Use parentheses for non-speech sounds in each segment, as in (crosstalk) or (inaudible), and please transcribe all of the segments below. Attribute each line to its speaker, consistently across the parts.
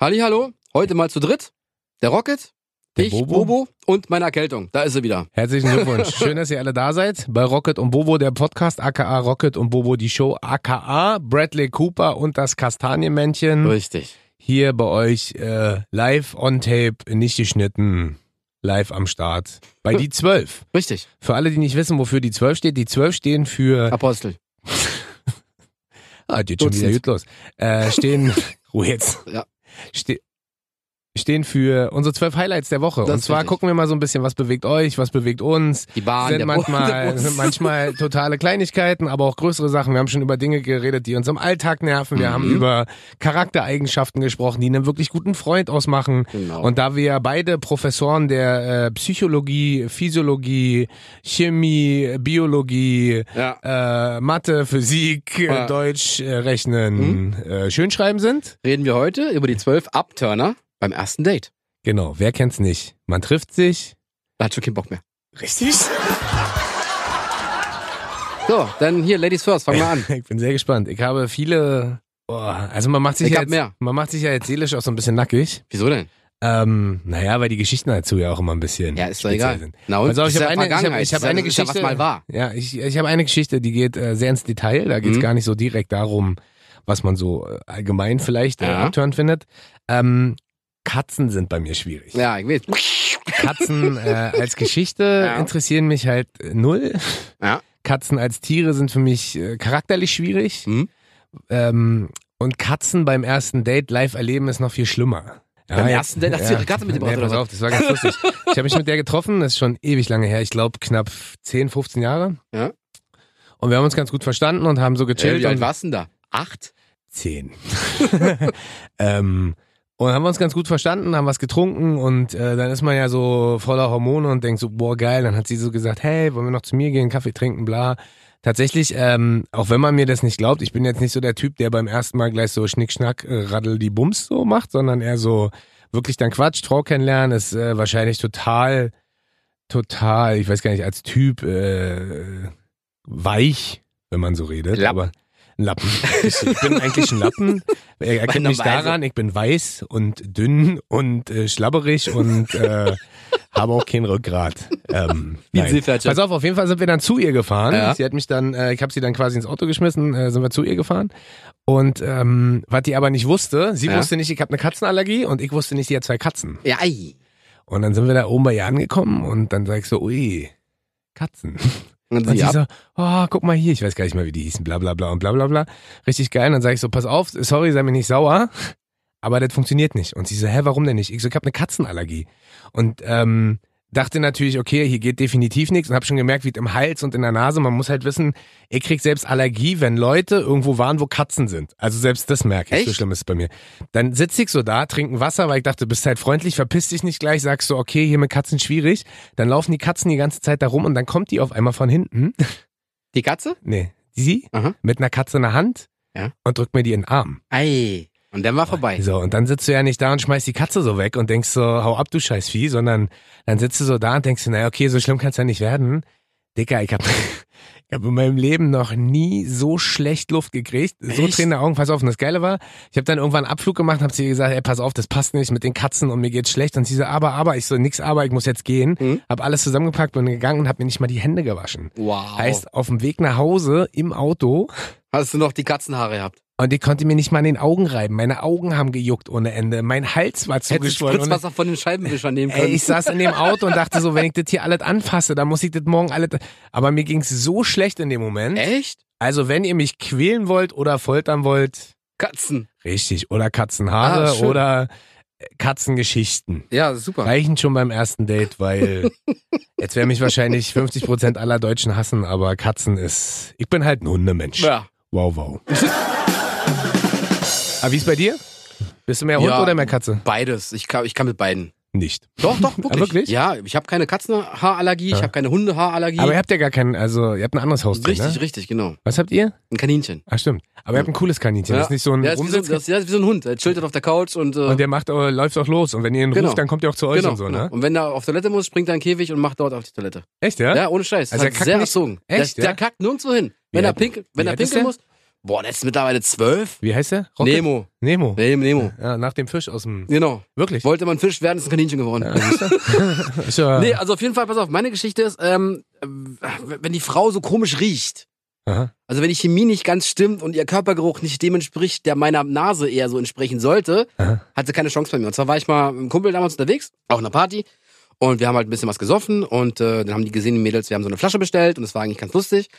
Speaker 1: Halli, hallo. Heute mal zu dritt. Der Rocket,
Speaker 2: Der
Speaker 1: ich,
Speaker 2: Bobo.
Speaker 1: Bobo und meine Erkältung. Da ist sie wieder.
Speaker 2: Herzlichen Glückwunsch.
Speaker 1: (laughs)
Speaker 2: Schön, dass ihr alle da seid. Bei Rocket und Bobo, der Podcast, aka Rocket und Bobo, die Show, aka Bradley Cooper und das Kastanienmännchen.
Speaker 1: Richtig.
Speaker 2: Hier bei euch äh, live on tape, nicht geschnitten, live am Start. Bei die 12.
Speaker 1: Richtig.
Speaker 2: Für alle, die nicht wissen, wofür die 12 steht, die 12 stehen für...
Speaker 1: Apostel.
Speaker 2: Ah, geht schon wieder
Speaker 1: Dutzend.
Speaker 2: gut los. Äh,
Speaker 1: (laughs)
Speaker 2: stehen... Ruhe jetzt.
Speaker 1: Ja.
Speaker 2: Ste stehen für unsere 12 Highlights der Woche.
Speaker 1: Das
Speaker 2: und
Speaker 1: ist
Speaker 2: zwar
Speaker 1: richtig.
Speaker 2: gucken wir mal so ein bisschen, was bewegt euch, was bewegt uns.
Speaker 1: Die Bahn,
Speaker 2: sind
Speaker 1: (laughs) der
Speaker 2: manchmal,
Speaker 1: Bus.
Speaker 2: sind manchmal totale Kleinigkeiten, aber auch größere Sachen. Wir haben schon über Dinge geredet, die uns im Alltag nerven. Wir
Speaker 1: Mhm.
Speaker 2: haben über Charaktereigenschaften gesprochen, die einen wirklich guten Freund ausmachen.
Speaker 1: Genau.
Speaker 2: Und da wir beide Professoren der äh, Psychologie, Physiologie, Chemie, Biologie,
Speaker 1: ja.
Speaker 2: äh, Mathe, Physik, äh,
Speaker 1: Ja. Mhm.
Speaker 2: Deutsch, äh, Rechnen, äh, Schönschreiben sind.
Speaker 1: Reden wir heute über die zwölf Upturner beim ersten Date.
Speaker 2: Genau, wer kennt's nicht? Man trifft sich.
Speaker 1: Da hat schon keinen Bock mehr.
Speaker 2: Richtig?
Speaker 1: So, dann hier, Ladies first, fangen wir an.
Speaker 2: (laughs) Ich bin sehr gespannt. Ich habe viele. Oh, also man macht sich
Speaker 1: Ich
Speaker 2: ja
Speaker 1: hab
Speaker 2: jetzt,
Speaker 1: mehr.
Speaker 2: man macht sich ja jetzt seelisch auch so ein bisschen nackig.
Speaker 1: Wieso denn?
Speaker 2: Ähm, naja, weil die Geschichten dazu ja auch immer ein bisschen.
Speaker 1: Ja, ist doch
Speaker 2: speziell
Speaker 1: egal.
Speaker 2: Sind.
Speaker 1: Na und?
Speaker 2: Pass auf,
Speaker 1: Das ist
Speaker 2: ich habe
Speaker 1: ja
Speaker 2: eine, ich hab,
Speaker 1: Vergangenheit.
Speaker 2: ich hab
Speaker 1: Das ist ja-
Speaker 2: eine
Speaker 1: das ist ja,
Speaker 2: Geschichte.
Speaker 1: was mal war.
Speaker 2: Ja, ich, ich habe eine Geschichte, die geht äh, sehr ins Detail. Da geht es
Speaker 1: Mhm.
Speaker 2: gar nicht so direkt darum, was man so äh, allgemein vielleicht äh,
Speaker 1: Ja.
Speaker 2: abtörend findet. Ähm, Katzen sind bei mir schwierig.
Speaker 1: Ja, ich weiß.
Speaker 2: Katzen äh,
Speaker 1: (laughs)
Speaker 2: als Geschichte
Speaker 1: Ja.
Speaker 2: interessieren mich halt äh, null.
Speaker 1: Ja.
Speaker 2: Katzen als Tiere sind für mich äh, charakterlich schwierig.
Speaker 1: Mhm.
Speaker 2: Ähm, und Katzen beim ersten Date live erleben ist noch viel schlimmer.
Speaker 1: Beim ersten Date hast du ihre Katze mitgebracht,
Speaker 2: nee,
Speaker 1: oder
Speaker 2: pass
Speaker 1: was?
Speaker 2: auf, das war ganz lustig. Ich habe mich mit der getroffen, das ist schon ewig lange her, ich glaube knapp 10, 15 Jahre.
Speaker 1: Ja.
Speaker 2: Und wir haben uns ganz gut verstanden und haben so
Speaker 1: Äh,
Speaker 2: gechillt.
Speaker 1: wie alt
Speaker 2: und
Speaker 1: warst du denn da? Acht?
Speaker 2: Zehn. ähm, und haben wir uns ganz gut verstanden, haben was getrunken und äh, dann ist man ja so voller Hormone und denkt so, boah, geil. Dann hat sie so gesagt, hey, wollen wir noch zu mir gehen, Kaffee trinken, bla. Tatsächlich, ähm, auch wenn man mir das nicht glaubt, ich bin jetzt nicht so der Typ, der beim ersten Mal gleich so Schnickschnack, äh, Raddel die Bums so macht, sondern eher so wirklich dann quatscht, Frau kennenlernen, ist äh, wahrscheinlich total, total, ich weiß gar nicht, als Typ äh, weich, wenn man so redet.
Speaker 1: Lappen.
Speaker 2: Aber ein Lappen. Ich, ich bin eigentlich ein Lappen. Er erkennt mich
Speaker 1: Weise.
Speaker 2: daran, ich bin weiß und dünn und äh, schlabberig und
Speaker 1: (laughs)
Speaker 2: äh, habe auch kein Rückgrat. Ähm,
Speaker 1: Wie ein
Speaker 2: nein.
Speaker 1: Seepferdchen.
Speaker 2: Pass auf, auf jeden Fall sind wir dann zu ihr gefahren.
Speaker 1: Ja.
Speaker 2: Sie hat mich dann, äh, ich habe sie dann quasi ins Auto geschmissen, äh, sind wir zu ihr gefahren. Und ähm, was die aber nicht wusste, sie
Speaker 1: Ja.
Speaker 2: wusste nicht, ich habe eine Katzenallergie und ich wusste nicht, sie hat zwei Katzen.
Speaker 1: Ja, ei.
Speaker 2: Und dann sind wir da oben bei ihr angekommen und dann sag ich so, ui, Katzen.
Speaker 1: Und
Speaker 2: Und
Speaker 1: sie
Speaker 2: sie
Speaker 1: ab.
Speaker 2: so, oh, guck mal hier, ich weiß gar nicht mehr, wie die hießen, bla bla bla und bla bla bla. Richtig geil. Und dann sage ich so, pass auf, sorry, sei mir nicht sauer, aber das funktioniert nicht. Und sie so, hä, warum denn nicht? Ich so, ich habe eine Katzenallergie. Und ähm, dachte natürlich, okay, hier geht definitiv nichts und habe schon gemerkt, wie es im Hals und in der Nase, man muss halt wissen, ich krieg selbst Allergie, wenn Leute irgendwo waren, wo Katzen sind. Also selbst das merke ich, so
Speaker 1: Echt?
Speaker 2: schlimm ist es bei mir. Dann sitz ich so da, trinken Wasser, weil ich dachte, bist halt freundlich, verpiss dich nicht gleich, sagst so, okay, hier mit Katzen schwierig. Dann laufen die Katzen die ganze Zeit da rum und dann kommt die auf einmal von hinten
Speaker 1: Die Katze?
Speaker 2: Nee, sie
Speaker 1: Aha.
Speaker 2: mit einer Katze in der Hand
Speaker 1: Ja.
Speaker 2: und drückt mir die in den Arm.
Speaker 1: Ei. Und dann war vorbei.
Speaker 2: So, und dann sitzt du ja nicht da und schmeißt die Katze so weg und denkst so, hau ab, du scheiß Vieh, sondern dann sitzt du so da und denkst, naja, okay, so schlimm kann's ja nicht werden. Dicker, ich habe (laughs) ich hab in meinem Leben noch nie so schlecht Luft gekriegt, so
Speaker 1: Echt?
Speaker 2: tränende Augen, pass auf, und das Geile war, ich habe dann irgendwann einen Abflug gemacht, habe zu ihr gesagt, ey, pass auf, das passt nicht mit den Katzen und mir geht's schlecht und sie so, aber, aber, ich so, nix, aber, ich muss jetzt gehen,
Speaker 1: Mhm.
Speaker 2: hab alles zusammengepackt, bin gegangen und hab mir nicht mal die Hände gewaschen.
Speaker 1: Wow.
Speaker 2: Heißt, auf dem Weg nach Hause im Auto
Speaker 1: Hast du noch die Katzenhaare gehabt?
Speaker 2: und ich konnte mir nicht mal an den Augen reiben. Meine Augen haben gejuckt ohne Ende. Mein Hals war
Speaker 1: Hättest du
Speaker 2: zugeschwollen. Und
Speaker 1: Spritzwasser von den Scheibenwischern nehmen
Speaker 2: Ey,
Speaker 1: können.
Speaker 2: ich saß in dem Auto und dachte so, wenn ich das hier alles anfasse, dann muss ich das morgen alles. Aber mir ging's so schlecht in dem Moment.
Speaker 1: Echt?
Speaker 2: Also, wenn ihr mich quälen wollt oder foltern wollt,
Speaker 1: Katzen.
Speaker 2: richtig. Oder
Speaker 1: Ah,
Speaker 2: Katzenhaare
Speaker 1: schön. Ah.
Speaker 2: oder äh, Katzengeschichten.
Speaker 1: Ja, super.
Speaker 2: Reichen schon beim ersten
Speaker 1: (laughs)
Speaker 2: Date, weil jetzt werden mich wahrscheinlich 50% aller Deutschen hassen, aber Katzen ist. Ich bin halt ein Hundemensch.
Speaker 1: Ja.
Speaker 2: Wow, (laughs) wow. Aber wie ist bei dir? Bist du mehr Hund
Speaker 1: Ja.
Speaker 2: oder mehr Katze?
Speaker 1: Beides. Ich kann, ich kann mit beiden.
Speaker 2: Nicht.
Speaker 1: Doch,
Speaker 2: (laughs)
Speaker 1: doch, wirklich.
Speaker 2: Ah, wirklich?
Speaker 1: Ja, ich habe keine Katzenhaarallergie, ich
Speaker 2: Ja.
Speaker 1: habe keine Hundehaarallergie.
Speaker 2: Aber ihr habt ja gar keinen, also ihr habt ein anderes Haustier,
Speaker 1: richtig,
Speaker 2: ne?
Speaker 1: richtig, genau.
Speaker 2: Was habt ihr?
Speaker 1: Ein Kaninchen.
Speaker 2: Ah, stimmt. Aber ihr habt ein cooles Kaninchen. Das ist nicht so ein
Speaker 1: der ist wie so,
Speaker 2: Rumsitz.
Speaker 1: das ist- der ist wie so ein Hund. Der chillt dann auf der Couch und, äh,
Speaker 2: und der macht, äh, läuft auch los. Und wenn ihr ihn
Speaker 1: Genau.
Speaker 2: ruft, dann kommt er auch zu euch
Speaker 1: genau,
Speaker 2: und so,
Speaker 1: genau.
Speaker 2: ne?
Speaker 1: Und wenn er auf Toilette muss, springt er in den Käfig und macht dort auf die Toilette.
Speaker 2: Echt, ja?
Speaker 1: Ja, ohne Scheiß. Also
Speaker 2: Also er
Speaker 1: er
Speaker 2: kackt
Speaker 1: sehr
Speaker 2: nicht-
Speaker 1: erzogen.
Speaker 2: Echt,
Speaker 1: der, der
Speaker 2: ja?
Speaker 1: kackt nirgendwo hin. Wenn
Speaker 2: Wie
Speaker 1: er
Speaker 2: alt-
Speaker 1: pinkeln, wenn
Speaker 2: wie
Speaker 1: er
Speaker 2: alt ist
Speaker 1: pinkeln
Speaker 2: der?
Speaker 1: muss, Boah, der ist mittlerweile zwölf?
Speaker 2: Wie heißt der? Rocket?
Speaker 1: Nemo.
Speaker 2: Nemo.
Speaker 1: Nemo. Nemo.
Speaker 2: Ja, nach dem Fisch aus dem.
Speaker 1: Genau.
Speaker 2: Wirklich?
Speaker 1: Wollte man Fisch werden, ist ein Kaninchen geworden.
Speaker 2: Ja, siehst du? Ist ja-
Speaker 1: Nee, also auf jeden Fall, pass auf, meine Geschichte ist, ähm, äh, wenn die Frau so komisch riecht,
Speaker 2: Aha.
Speaker 1: also wenn die Chemie nicht ganz stimmt und ihr Körpergeruch nicht dem entspricht, der meiner Nase eher so entsprechen sollte,
Speaker 2: Aha.
Speaker 1: hat sie keine Chance bei mir. Und zwar war ich mal mit einem Kumpel damals unterwegs, auch einer Party, und wir haben halt ein bisschen was gesoffen und äh, dann haben die gesehen, die Mädels, wir haben so eine Flasche bestellt und das war eigentlich ganz lustig.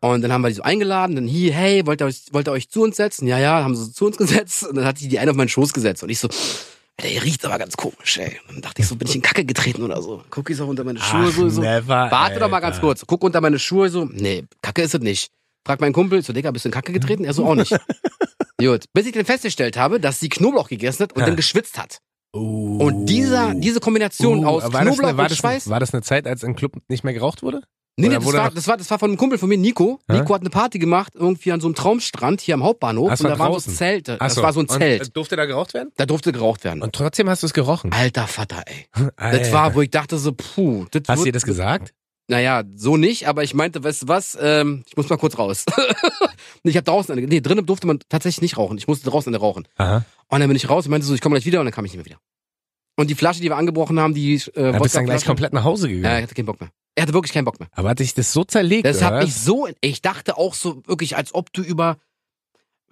Speaker 1: Und dann haben wir die so eingeladen, dann hi, hey, wollt ihr, euch, wollt ihr euch zu uns setzen? Ja, ja, haben sie so zu uns (laughs) gesetzt und dann hat sie die eine auf meinen Schoß gesetzt und ich so, Alter, ihr riecht aber ganz komisch, ey. Und dann dachte ich so, bin ich in Kacke getreten oder so. Guck ich so unter meine Schuhe so, so.
Speaker 2: never,
Speaker 1: Warte doch mal ganz
Speaker 2: Alter.
Speaker 1: kurz. Guck unter meine Schuhe so. Nee, Kacke ist es nicht. Frag meinen Kumpel, so Digga, bist du in Kacke getreten? Er so auch
Speaker 2: (laughs)
Speaker 1: nicht. Gut. Bis ich dann festgestellt habe, dass sie Knoblauch gegessen hat und
Speaker 2: Ja.
Speaker 1: dann geschwitzt hat.
Speaker 2: Oh.
Speaker 1: Und dieser, diese Kombination
Speaker 2: Uh,
Speaker 1: aus
Speaker 2: war das,
Speaker 1: Knoblauch
Speaker 2: eine, war,
Speaker 1: und
Speaker 2: das,
Speaker 1: Schweiß.
Speaker 2: eine- war das eine Zeit, als im Club nicht mehr geraucht wurde?
Speaker 1: nee, nee,
Speaker 2: oder
Speaker 1: das
Speaker 2: wurde
Speaker 1: war,
Speaker 2: noch-
Speaker 1: das, war, das war von einem Kumpel von mir, Nico.
Speaker 2: Hä?
Speaker 1: Nico hat eine Party gemacht, irgendwie an so einem Traumstrand hier am Hauptbahnhof.
Speaker 2: Ah, es
Speaker 1: und
Speaker 2: war
Speaker 1: da waren so
Speaker 2: draußen.
Speaker 1: Zelte.
Speaker 2: Ach
Speaker 1: Das war so ein
Speaker 2: Und,
Speaker 1: Zelt.
Speaker 2: äh, durfte da geraucht werden?
Speaker 1: da durfte geraucht werden.
Speaker 2: Und trotzdem hast du es gerochen.
Speaker 1: Alter Vater, ey. Das war, wo ich dachte so, puh. Das
Speaker 2: Hast du
Speaker 1: wird,
Speaker 2: ihr das gesagt?
Speaker 1: Naja, so nicht, aber ich meinte, weißt du was, ähm, ich muss mal kurz raus. (laughs) ich habe draußen, eine, nee, drinnen durfte man tatsächlich nicht rauchen. Ich musste draußen eine rauchen.
Speaker 2: Aha.
Speaker 1: Und dann bin ich raus und meinte so, ich komme gleich wieder und dann kam ich nicht mehr wieder. Und die Flasche, die wir angebrochen haben, die äh,
Speaker 2: Du bist dann gleich
Speaker 1: Wodkaflasche-
Speaker 2: komplett nach Hause
Speaker 1: Ja,
Speaker 2: gegangen.
Speaker 1: ich hatte keinen Bock mehr. Er hatte wirklich keinen Bock mehr.
Speaker 2: Aber hat dich das so zerlegt?
Speaker 1: Das
Speaker 2: oder
Speaker 1: hat mich
Speaker 2: was?
Speaker 1: so, ich dachte auch so wirklich, als ob du über,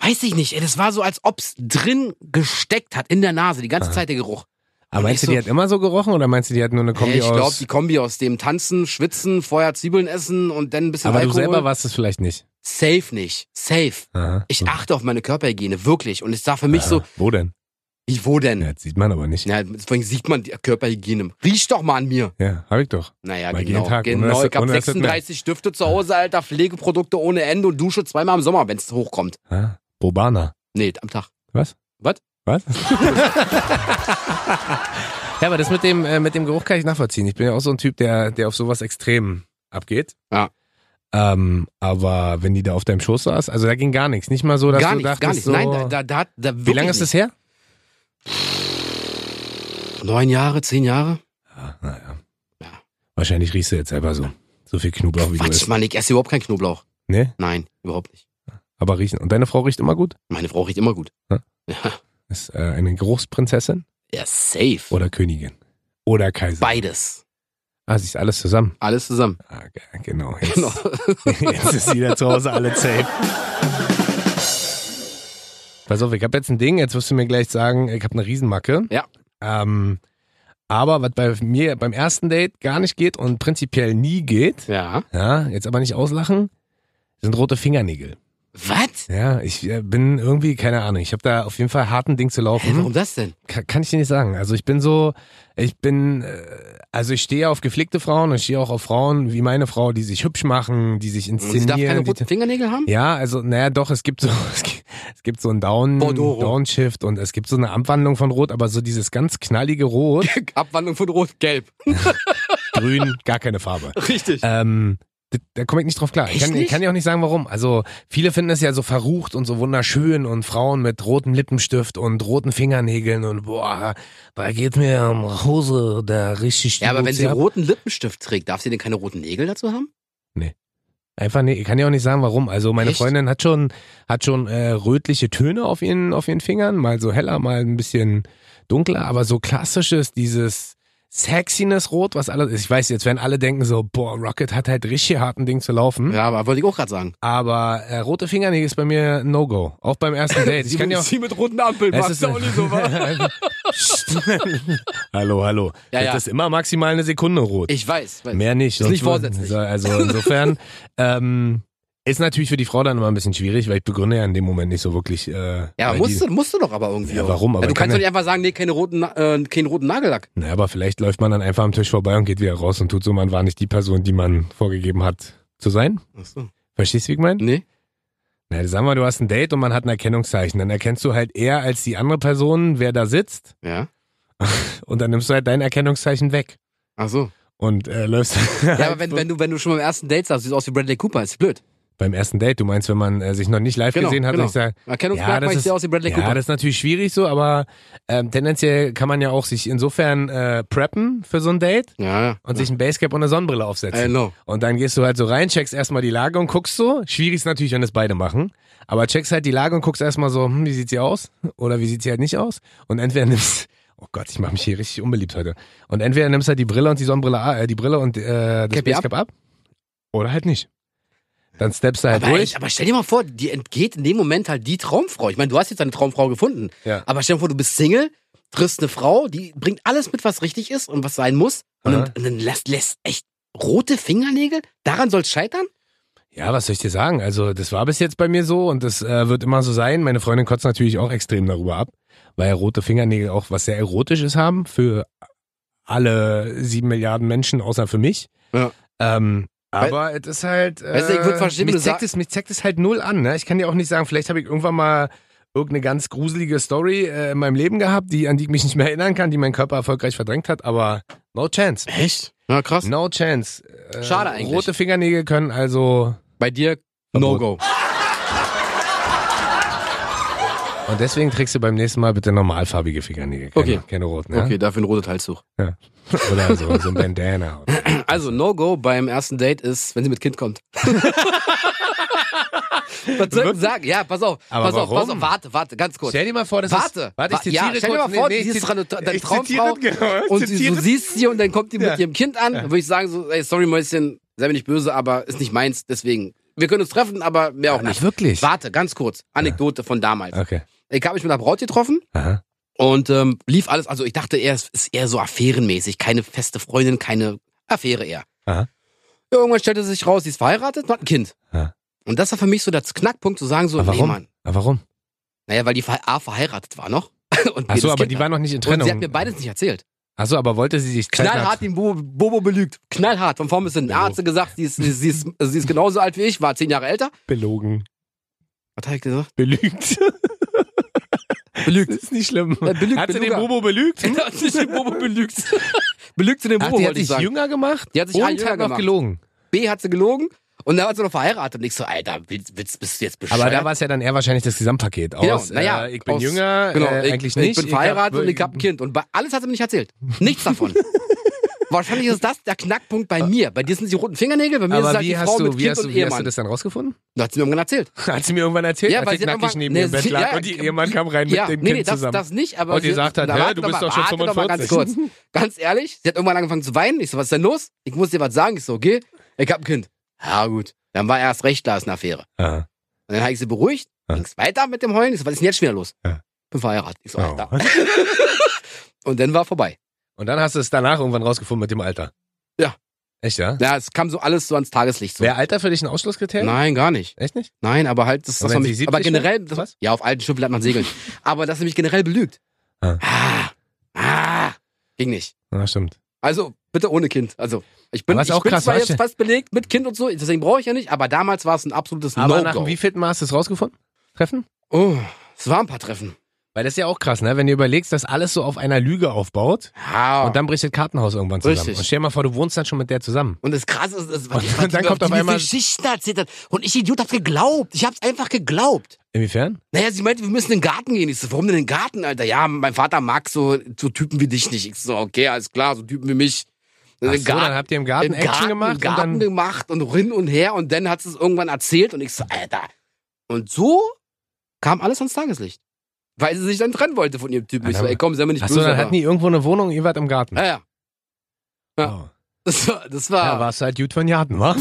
Speaker 1: weiß ich nicht, ey, das war so, als ob's drin gesteckt hat, in der Nase, die ganze
Speaker 2: Aha.
Speaker 1: Zeit der Geruch.
Speaker 2: Aber meinst du,
Speaker 1: nicht
Speaker 2: die
Speaker 1: so-
Speaker 2: hat immer so gerochen oder meinst du, die hat nur eine Kombi
Speaker 1: Ey, ich glaube,
Speaker 2: aus?
Speaker 1: die Kombi aus dem Tanzen, Schwitzen, vorher Zwiebeln essen und dann ein bisschen
Speaker 2: aber du
Speaker 1: Alkohol.
Speaker 2: selber warst es vielleicht nicht.
Speaker 1: Safe nicht. Safe.
Speaker 2: Aha.
Speaker 1: Ich achte auf meine Körperhygiene, wirklich. Und es sah für mich so,
Speaker 2: Wo denn?
Speaker 1: wie, wo denn?
Speaker 2: Ja,
Speaker 1: Ja.
Speaker 2: das sieht man aber nicht. Ja,
Speaker 1: deswegen sieht man die Körperhygiene. Riech doch mal an mir.
Speaker 2: hab ich doch.
Speaker 1: Naja,
Speaker 2: Mal
Speaker 1: genau.
Speaker 2: jeden Tag, ohne
Speaker 1: genau.
Speaker 2: dass-
Speaker 1: ich habe
Speaker 2: ohne dass das
Speaker 1: 36 Stifte zu Hause, Alter, Pflegeprodukte ohne Ende und dusche zweimal im Sommer, wenn es hochkommt.
Speaker 2: Ah, Bobana.
Speaker 1: Nee, am Tag.
Speaker 2: Was?
Speaker 1: Was?
Speaker 2: Was? (laughs) ja, aber das mit dem, äh, mit dem Geruch kann ich nachvollziehen. Ich bin ja auch so ein Typ, der, der auf sowas extrem abgeht.
Speaker 1: Ja.
Speaker 2: Ähm, aber wenn die da auf deinem Schoß saß, also da ging gar nichts. Nicht mal so, dass
Speaker 1: gar
Speaker 2: du
Speaker 1: nicht,
Speaker 2: dachtest,
Speaker 1: gar nicht.
Speaker 2: So,
Speaker 1: Nein, da, da, da, da
Speaker 2: wie lange ist das her?
Speaker 1: das? Neun Jahre, zehn Jahre?
Speaker 2: Ah, Ja, naja.
Speaker 1: Ja.
Speaker 2: Wahrscheinlich riechst du jetzt selber so. So viel Knoblauch wie du
Speaker 1: Quatsch,
Speaker 2: isst.
Speaker 1: Mann, ich esse überhaupt keinen Knoblauch.
Speaker 2: Nee?
Speaker 1: Nein, überhaupt nicht.
Speaker 2: Aber riechen. Und deine Frau riecht immer gut?
Speaker 1: Meine Frau riecht immer gut.
Speaker 2: Ja.
Speaker 1: Ja,
Speaker 2: Ist äh, eine Geruchsprinzessin
Speaker 1: ja safe.
Speaker 2: oder Königin? Oder Kaiser?
Speaker 1: Beides.
Speaker 2: Ah, sie ist alles zusammen.
Speaker 1: Alles
Speaker 2: (laughs)
Speaker 1: zusammen.
Speaker 2: Ah, ge- genau. Jetzt,
Speaker 1: Genau.
Speaker 2: (laughs) jetzt ist jeder zu Hause alle safe. Pass auf, ich habe jetzt ein Ding, jetzt wirst du mir gleich sagen, ich habe eine Riesenmacke.
Speaker 1: Ja.
Speaker 2: Ähm, aber was bei mir beim ersten Date gar nicht geht und prinzipiell nie
Speaker 1: (laughs)
Speaker 2: geht,
Speaker 1: Ja.
Speaker 2: ja, jetzt aber nicht auslachen, sind rote Fingernägel.
Speaker 1: Was?
Speaker 2: Ja, ich äh, bin irgendwie, keine Ahnung, ich habe da auf jeden Fall harten Ding zu laufen.
Speaker 1: Hä, warum das denn?
Speaker 2: Ka- kann ich dir nicht sagen. Also ich bin so, ich bin, äh, also ich stehe auf gepflegte Frauen und ich stehe auch auf Frauen wie meine Frau, die sich hübsch machen, die sich
Speaker 1: Und Sie darf keine
Speaker 2: inszenieren.
Speaker 1: roten
Speaker 2: Die,
Speaker 1: Fingernägel haben?
Speaker 2: ja, also naja, doch, es gibt so, (laughs) es gibt, es gibt so einen Down,
Speaker 1: Bordeaux.
Speaker 2: Downshift und es gibt so eine Abwandlung von Rot, aber so dieses ganz
Speaker 1: (laughs)
Speaker 2: knallige Rot,
Speaker 1: Abwandlung von Rot-Gelb.
Speaker 2: Grün, gar keine Farbe.
Speaker 1: Richtig.
Speaker 2: Ähm, d- da komme ich nicht drauf klar. Ich
Speaker 1: Echt
Speaker 2: kann, ich
Speaker 1: nicht?
Speaker 2: kann ja auch nicht sagen, warum. Also viele finden es ja so verrucht und so wunderschön und Frauen mit rotem Lippenstift und roten Fingernägeln und boah, da geht mir am Hose da richtig die
Speaker 1: ja, aber wenn
Speaker 2: Luzi
Speaker 1: sie
Speaker 2: ab.
Speaker 1: roten Lippenstift trägt, darf sie denn keine roten Nägel dazu haben?
Speaker 2: Einfach nee, ich kann ja auch nicht sagen, warum. Also meine
Speaker 1: Echt?
Speaker 2: Freundin hat schon, hat schon äh, rötliche Töne auf ihren, auf ihren Fingern, mal so heller, mal ein bisschen dunkler, aber so klassisches, dieses Sexiness Rot, was alles ist. Ich weiß, jetzt werden alle denken so, boah, Rocket hat halt richtig harten Ding zu laufen.
Speaker 1: Ja, aber wollte ich auch gerade sagen.
Speaker 2: Aber äh, rote Fingernägel ist bei mir ein No-Go. Auch beim ersten Date. Ich kann ja
Speaker 1: (laughs)
Speaker 2: auch.
Speaker 1: sie mit roten Ampeln
Speaker 2: Es ist- (laughs) hallo, hallo.
Speaker 1: (laughs) Ja,
Speaker 2: das
Speaker 1: ja.
Speaker 2: ist immer maximal eine Sekunde rot.
Speaker 1: Ich weiß. weiß.
Speaker 2: Mehr nicht.
Speaker 1: Äh, Ist nicht
Speaker 2: sonst-
Speaker 1: vorsätzlich.
Speaker 2: so- Also
Speaker 1: (laughs)
Speaker 2: insofern ähm, ist natürlich für die Frau dann immer ein bisschen schwierig, weil ich begründe ja in dem Moment nicht so wirklich. Äh,
Speaker 1: Ja, aber
Speaker 2: weil
Speaker 1: musst
Speaker 2: die,
Speaker 1: du, musst du doch aber irgendwie.
Speaker 2: Ja,
Speaker 1: auch.
Speaker 2: warum? Aber
Speaker 1: du
Speaker 2: ich kann
Speaker 1: kannst
Speaker 2: ja-
Speaker 1: doch nicht einfach sagen, nee, keine roten, Na- äh, keinen roten Nagellack.
Speaker 2: na, aber vielleicht läuft man dann einfach am Tisch vorbei und geht wieder raus und tut so, man war nicht die Person, die man vorgegeben hat zu sein.
Speaker 1: Achso.
Speaker 2: Verstehst du, wie ich meine?
Speaker 1: Nee.
Speaker 2: Na, sagen wir, du hast ein Date und man hat ein Erkennungszeichen. Dann erkennst du halt eher als die andere Person, wer da sitzt.
Speaker 1: Ja.
Speaker 2: Und dann nimmst du halt dein Erkennungszeichen weg
Speaker 1: Ach so.
Speaker 2: und äh, läufst. Halt
Speaker 1: Ja, aber wenn, wenn, du, wenn du schon beim ersten Date sagst, siehst du aus wie Bradley Cooper, ist blöd.
Speaker 2: (laughs) Beim ersten Date, du meinst, wenn man äh, sich noch nicht live
Speaker 1: Genau,
Speaker 2: gesehen hat
Speaker 1: genau.
Speaker 2: und ich sage,
Speaker 1: Erkennungsmerkmal, ich sehe aus wie Bradley
Speaker 2: ja,
Speaker 1: Cooper.
Speaker 2: das ist natürlich schwierig so, aber ähm, tendenziell kann man ja auch sich insofern äh, preppen für so ein Date
Speaker 1: Ja, ja.
Speaker 2: und sich ein Basecap und eine Sonnenbrille
Speaker 1: I
Speaker 2: aufsetzen.
Speaker 1: know.
Speaker 2: Und dann gehst du halt so rein, checkst erstmal die Lage und guckst so. Schwierig ist natürlich, wenn es beide machen. Aber checkst halt die Lage und guckst erstmal so, hm, wie sieht sie aus? Oder wie sieht sie halt nicht aus? Und entweder nimmst, oh Gott, ich mache mich hier richtig unbeliebt heute. Und entweder nimmst halt die Brille und die Sonnenbrille, a- äh, die Brille und äh, das
Speaker 1: Cappy ab.
Speaker 2: Basecap ab. Oder halt nicht. Dann steppst du halt
Speaker 1: Aber,
Speaker 2: durch.
Speaker 1: ich, aber stell dir mal vor, dir entgeht in dem Moment halt die Traumfrau. Ich meine, du hast jetzt deine Traumfrau gefunden.
Speaker 2: Ja.
Speaker 1: Aber stell dir vor, du bist Single, triffst eine Frau, die bringt alles mit, was richtig ist und was sein muss. Und
Speaker 2: Aha.
Speaker 1: dann, und dann lässt, lässt echt rote Fingernägel? Daran soll's scheitern?
Speaker 2: Ja, was soll ich dir sagen? Also, das war bis jetzt bei mir so und das äh, wird immer so sein. Meine Freundin kotzt natürlich auch extrem darüber ab, weil rote Fingernägel auch was sehr Erotisches haben für alle sieben Milliarden Menschen, außer für mich.
Speaker 1: Ja.
Speaker 2: Ähm, aber es ist halt. Äh,
Speaker 1: Weißt du, ich würd verstehen, wenn
Speaker 2: mich,
Speaker 1: du
Speaker 2: zeigt
Speaker 1: sag-
Speaker 2: es, mich zeigt es halt null an. Ne? Ich kann dir auch nicht sagen, vielleicht habe ich irgendwann mal irgendeine ganz gruselige Story äh, in meinem Leben gehabt, die, an die ich mich nicht mehr erinnern kann, die mein Körper erfolgreich verdrängt hat, aber no chance.
Speaker 1: Echt? Na krass.
Speaker 2: No chance. Äh,
Speaker 1: Schade eigentlich.
Speaker 2: Rote Fingernägel können also
Speaker 1: Bei dir
Speaker 2: Verbot.
Speaker 1: No-Go.
Speaker 2: Und deswegen trägst du beim nächsten Mal bitte normalfarbige Fingernägel. Keine,
Speaker 1: Okay.
Speaker 2: keine roten. Ja?
Speaker 1: Okay, dafür ein rotes Halstuch.
Speaker 2: (laughs) Oder so,
Speaker 1: (laughs)
Speaker 2: so ein Bandana.
Speaker 1: Also No-Go beim ersten Date ist, wenn sie mit Kind kommt. (laughs) Was soll ich denn
Speaker 2: Wirklich?
Speaker 1: sagen? Ja, pass auf,
Speaker 2: Aber
Speaker 1: pass auf, pass
Speaker 2: warum?
Speaker 1: auf, warte, warte, ganz kurz.
Speaker 2: Stell dir mal vor, das
Speaker 1: Warte,
Speaker 2: ist... Warte, ich
Speaker 1: wa-
Speaker 2: zitiere
Speaker 1: ja, stell dir
Speaker 2: kurz-
Speaker 1: mal vor,
Speaker 2: nee, nee,
Speaker 1: sie
Speaker 2: ich
Speaker 1: ist deine,
Speaker 2: ziti-
Speaker 1: deine
Speaker 2: ich zitiere
Speaker 1: Traumfrau
Speaker 2: (laughs) genau, ich
Speaker 1: und sie, du
Speaker 2: zitiere.
Speaker 1: siehst sie und dann kommt die
Speaker 2: Ja.
Speaker 1: mit ihrem Kind an. Dann würde ich sagen so, ey, sorry Mäuschen, sei mir nicht böse, aber ist nicht meins, deswegen. Wir können uns treffen, aber mehr
Speaker 2: (laughs)
Speaker 1: auch
Speaker 2: Ach,
Speaker 1: nicht.
Speaker 2: wirklich?
Speaker 1: Warte, ganz kurz, Anekdote von damals.
Speaker 2: Okay.
Speaker 1: Ich habe mich mit einer Braut getroffen
Speaker 2: Aha.
Speaker 1: und ähm, lief alles, also ich dachte eher, es ist eher so affärenmäßig, keine feste Freundin, keine Affäre eher.
Speaker 2: Aha.
Speaker 1: Ja, Irgendwann stellte sich raus, sie ist verheiratet und hat ein Kind.
Speaker 2: Ja.
Speaker 1: Und das war für mich so der Knackpunkt, zu sagen so,
Speaker 2: Aber
Speaker 1: nee
Speaker 2: warum?
Speaker 1: Mann,
Speaker 2: Aber warum?
Speaker 1: naja, weil die ver- A verheiratet war noch. (laughs) und B,
Speaker 2: Ach so,
Speaker 1: das
Speaker 2: aber
Speaker 1: Kind
Speaker 2: die
Speaker 1: hat.
Speaker 2: waren noch nicht in
Speaker 1: Und
Speaker 2: Trennung.
Speaker 1: sie hat mir beides nicht erzählt.
Speaker 2: Ach so, aber wollte sie sich
Speaker 1: Knallhart den Bobo, Bobo belügt. Knallhart, von vorn bis hinten. Der Arzt hat gesagt, sie ist, sie, ist, sie, ist, sie ist genauso alt wie ich, war zehn Jahre älter.
Speaker 2: belogen.
Speaker 1: Was hat ich gesagt?
Speaker 2: (laughs) Belügt.
Speaker 1: Belügt.
Speaker 2: Das ist nicht schlimm.
Speaker 1: Äh, belügt,
Speaker 2: hat sie den
Speaker 1: Beluga.
Speaker 2: Bobo belügt?
Speaker 1: (laughs) Er hat sich den Bobo belügt. belügt zu dem
Speaker 2: Ach,
Speaker 1: Bobo,
Speaker 2: die hat
Speaker 1: wollte ich
Speaker 2: sich
Speaker 1: sagen.
Speaker 2: jünger gemacht?
Speaker 1: Die hat sich
Speaker 2: und
Speaker 1: ein Jahr
Speaker 2: hat noch
Speaker 1: gemacht.
Speaker 2: gelogen.
Speaker 1: B hat sie gelogen und dann hat sie noch verheiratet. Und ich so, Alter, willst, willst, bist du jetzt bescheuert?
Speaker 2: Aber da war es ja dann eher wahrscheinlich das Gesamtpaket.
Speaker 1: Genau,
Speaker 2: Aus,
Speaker 1: naja,
Speaker 2: äh, ich bin
Speaker 1: aus-
Speaker 2: jünger,
Speaker 1: genau,
Speaker 2: äh,
Speaker 1: ich,
Speaker 2: eigentlich
Speaker 1: ich
Speaker 2: nicht.
Speaker 1: bin verheiratet
Speaker 2: hab-
Speaker 1: und ich hab ein Kind. Und bei, alles hat sie mir nicht erzählt. Nichts
Speaker 2: (laughs)
Speaker 1: davon. Wahrscheinlich ist das der Knackpunkt bei mir. Bei dir sind es die roten Fingernägel, bei mir ist es
Speaker 2: Aber
Speaker 1: halt die
Speaker 2: wie hast
Speaker 1: Frau
Speaker 2: du,
Speaker 1: mit
Speaker 2: wie
Speaker 1: Kind
Speaker 2: hast
Speaker 1: und
Speaker 2: du, wie hast
Speaker 1: Ehemann.
Speaker 2: du das dann rausgefunden?
Speaker 1: Das (laughs) hat sie mir irgendwann erzählt.
Speaker 2: Hat sie mir irgendwann erzählt,
Speaker 1: Ja,
Speaker 2: als
Speaker 1: weil
Speaker 2: ich
Speaker 1: sie hat
Speaker 2: nackig
Speaker 1: irgendwann-
Speaker 2: neben
Speaker 1: nee,
Speaker 2: ihr im Bett
Speaker 1: sie-
Speaker 2: lag
Speaker 1: ja,
Speaker 2: und die, ihr Mann kam rein
Speaker 1: ja,
Speaker 2: mit dem
Speaker 1: nee,
Speaker 2: Kind
Speaker 1: nee, das,
Speaker 2: zusammen.
Speaker 1: das nicht, aber.
Speaker 2: Und die
Speaker 1: sie-
Speaker 2: sagt halt,
Speaker 1: na,
Speaker 2: hä,
Speaker 1: warte
Speaker 2: du
Speaker 1: doch
Speaker 2: bist
Speaker 1: mal,
Speaker 2: doch schon
Speaker 1: warte doch mal Ganz
Speaker 2: 45.
Speaker 1: kurz. Ganz ehrlich, sie hat irgendwann angefangen zu weinen. Ich so, was ist denn los? Ich muss dir was sagen. Ich so, okay, ich hab ein Kind. Ja, gut. Dann war erst recht da, ist eine Affäre.
Speaker 2: Ah.
Speaker 1: Und dann habe ich sie beruhigt,
Speaker 2: Ja.
Speaker 1: ging's weiter mit dem Heulen. Ich so, was ist denn jetzt schon wieder los?
Speaker 2: Ja.
Speaker 1: Bin verheiratet. Ich so,
Speaker 2: Oh.
Speaker 1: Alter. Und dann war vorbei.
Speaker 2: Und dann hast du es danach irgendwann rausgefunden mit dem Alter.
Speaker 1: Ja.
Speaker 2: Echt, ja?
Speaker 1: Ja, es kam so alles so ans Tageslicht. So.
Speaker 2: Wäre Alter für dich ein Ausschlusskriterium?
Speaker 1: Nein, gar nicht.
Speaker 2: Echt nicht?
Speaker 1: Nein, aber halt, das,
Speaker 2: Und
Speaker 1: das
Speaker 2: wenn
Speaker 1: war
Speaker 2: sie
Speaker 1: mich,
Speaker 2: 70
Speaker 1: aber generell,
Speaker 2: wird?
Speaker 1: das,
Speaker 2: Was?
Speaker 1: ja, auf alten Schiffen bleibt man segeln. aber dass er mich generell belügt.
Speaker 2: Ah.
Speaker 1: Ah, ah, ging nicht.
Speaker 2: Ja, stimmt.
Speaker 1: Also, bitte ohne Kind. Also, ich bin,
Speaker 2: Aber ist
Speaker 1: ich
Speaker 2: auch
Speaker 1: bin
Speaker 2: krass,
Speaker 1: zwar
Speaker 2: weißt
Speaker 1: jetzt
Speaker 2: du?
Speaker 1: fast belegt mit Kind und so, deswegen brauche ich ja nicht, aber damals war es ein absolutes
Speaker 2: Aber nach
Speaker 1: No-Go.
Speaker 2: dem wievielten Mal hast du es rausgefunden? Treffen?
Speaker 1: Oh, es waren ein paar Treffen.
Speaker 2: Weil das ist ja auch krass, ne? Wenn du überlegst, dass alles so auf einer Lüge aufbaut
Speaker 1: Ja.
Speaker 2: und dann bricht das Kartenhaus irgendwann zusammen.
Speaker 1: Ah. Richtig.
Speaker 2: Und stell dir mal vor, du wohnst dann schon mit der zusammen.
Speaker 1: Und das Krasse ist, ist
Speaker 2: Und dann kommt auf einmal-
Speaker 1: Geschichten erzählt hat. Und ich Idiot hab's geglaubt. Ich hab's einfach geglaubt.
Speaker 2: Inwiefern?
Speaker 1: Naja, sie meinte, wir müssen in den Garten gehen. Ich so, warum denn in den Garten, Alter? Ja, mein Vater mag so, so Typen wie dich nicht. Ich so, okay, alles klar, so Typen wie mich.
Speaker 2: Ach
Speaker 1: Im
Speaker 2: so, dann habt ihr im Garten
Speaker 1: Äh, im
Speaker 2: Action
Speaker 1: Garten,
Speaker 2: gemacht
Speaker 1: im Garten
Speaker 2: und dann
Speaker 1: gemacht und hin und her und dann hat sie es irgendwann erzählt und ich so, Alter. Und so kam alles ans Tageslicht. Weil sie sich dann trennen wollte von ihrem Typen. Ich so,
Speaker 2: Alter,
Speaker 1: ey, komm, sei mir nicht
Speaker 2: Ach
Speaker 1: böse.
Speaker 2: so, dann
Speaker 1: aber-
Speaker 2: hatten die irgendwo eine Wohnung, ihr wart im Garten.
Speaker 1: ja, (laughs) ja. ja.
Speaker 2: Oh.
Speaker 1: Das war, das
Speaker 2: Ja,
Speaker 1: war,
Speaker 2: warst du halt gut von
Speaker 1: (laughs)
Speaker 2: Jarten, wa?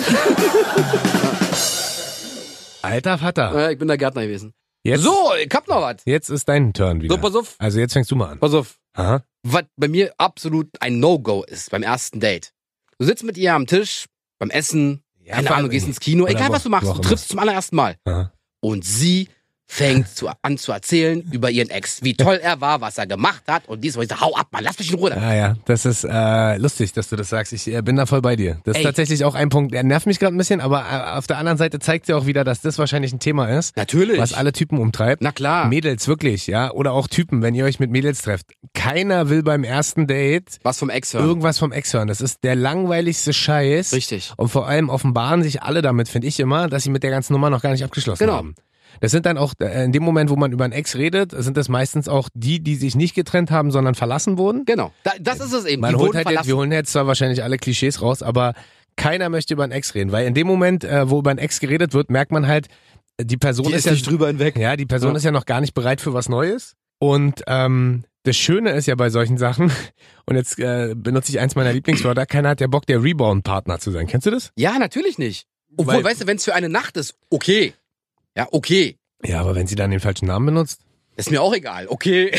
Speaker 2: Alter Vater.
Speaker 1: ja, ich bin der Gärtner gewesen.
Speaker 2: Jetzt,
Speaker 1: So, ich hab noch was.
Speaker 2: jetzt ist dein Turn wieder.
Speaker 1: So, pass auf,
Speaker 2: Also jetzt fängst du mal an.
Speaker 1: pass auf.
Speaker 2: Aha.
Speaker 1: was bei mir absolut ein No-Go ist beim ersten Date. Du sitzt mit ihr am Tisch, beim Essen,
Speaker 2: Ja,
Speaker 1: keine
Speaker 2: vor
Speaker 1: Ahnung,
Speaker 2: allem-
Speaker 1: gehst ins Kino,
Speaker 2: Oder
Speaker 1: egal
Speaker 2: wo-
Speaker 1: was du machst,
Speaker 2: wo
Speaker 1: du
Speaker 2: auch
Speaker 1: triffst zum allerersten Mal.
Speaker 2: Aha.
Speaker 1: Und sie fängt zu, an zu erzählen über ihren Ex, wie toll er war, was er gemacht hat und dies und ich so, hau ab, Mann, lass mich in Ruhe. damit.
Speaker 2: Ah, Ja, ja, das ist äh, lustig, dass du das sagst. Ich äh, bin da voll bei dir. Das
Speaker 1: Ey.
Speaker 2: ist tatsächlich auch ein Punkt, der nervt mich gerade ein bisschen, aber äh, auf der anderen Seite zeigt sie auch wieder, dass das wahrscheinlich ein Thema ist,
Speaker 1: Natürlich.
Speaker 2: was alle Typen umtreibt.
Speaker 1: Na klar.
Speaker 2: Mädels, wirklich, ja. Oder auch Typen, wenn ihr euch mit Mädels trefft. keiner will beim ersten Date
Speaker 1: Was vom Ex hören.
Speaker 2: irgendwas vom Ex hören. Das ist der langweiligste Scheiß.
Speaker 1: Richtig.
Speaker 2: Und vor allem offenbaren sich alle damit, finde ich immer, dass sie mit der ganzen Nummer noch gar nicht abgeschlossen
Speaker 1: Genau.
Speaker 2: haben. Das sind dann auch, äh, in dem Moment, wo man über einen Ex redet, sind das meistens auch die, die sich nicht getrennt haben, sondern verlassen wurden.
Speaker 1: Genau. Da, das ist es eben.
Speaker 2: Man
Speaker 1: die
Speaker 2: holt
Speaker 1: wurden
Speaker 2: halt jetzt,
Speaker 1: verlassen.
Speaker 2: wir holen jetzt zwar wahrscheinlich alle Klischees raus, aber keiner möchte über einen Ex reden, weil in dem Moment, äh, wo über einen Ex geredet wird, merkt man halt, die Person
Speaker 3: Die
Speaker 2: ist,
Speaker 3: ist
Speaker 2: ja
Speaker 3: nicht drüber hinweg.
Speaker 2: ja, die Person
Speaker 1: Ja.
Speaker 2: ist ja noch gar nicht bereit für was Neues. Und ähm, das Schöne ist ja bei solchen Sachen, (laughs) und jetzt äh, benutze ich eins meiner Lieblingswörter, keiner hat ja Bock, der Rebound-Partner zu sein. Kennst du das?
Speaker 1: ja, natürlich nicht. Obwohl,
Speaker 2: Weil-
Speaker 1: weißt du, wenn es für eine Nacht ist, okay. Ja, okay.
Speaker 2: Ja, aber wenn sie dann den falschen Namen benutzt.
Speaker 1: Ist mir auch egal. Okay.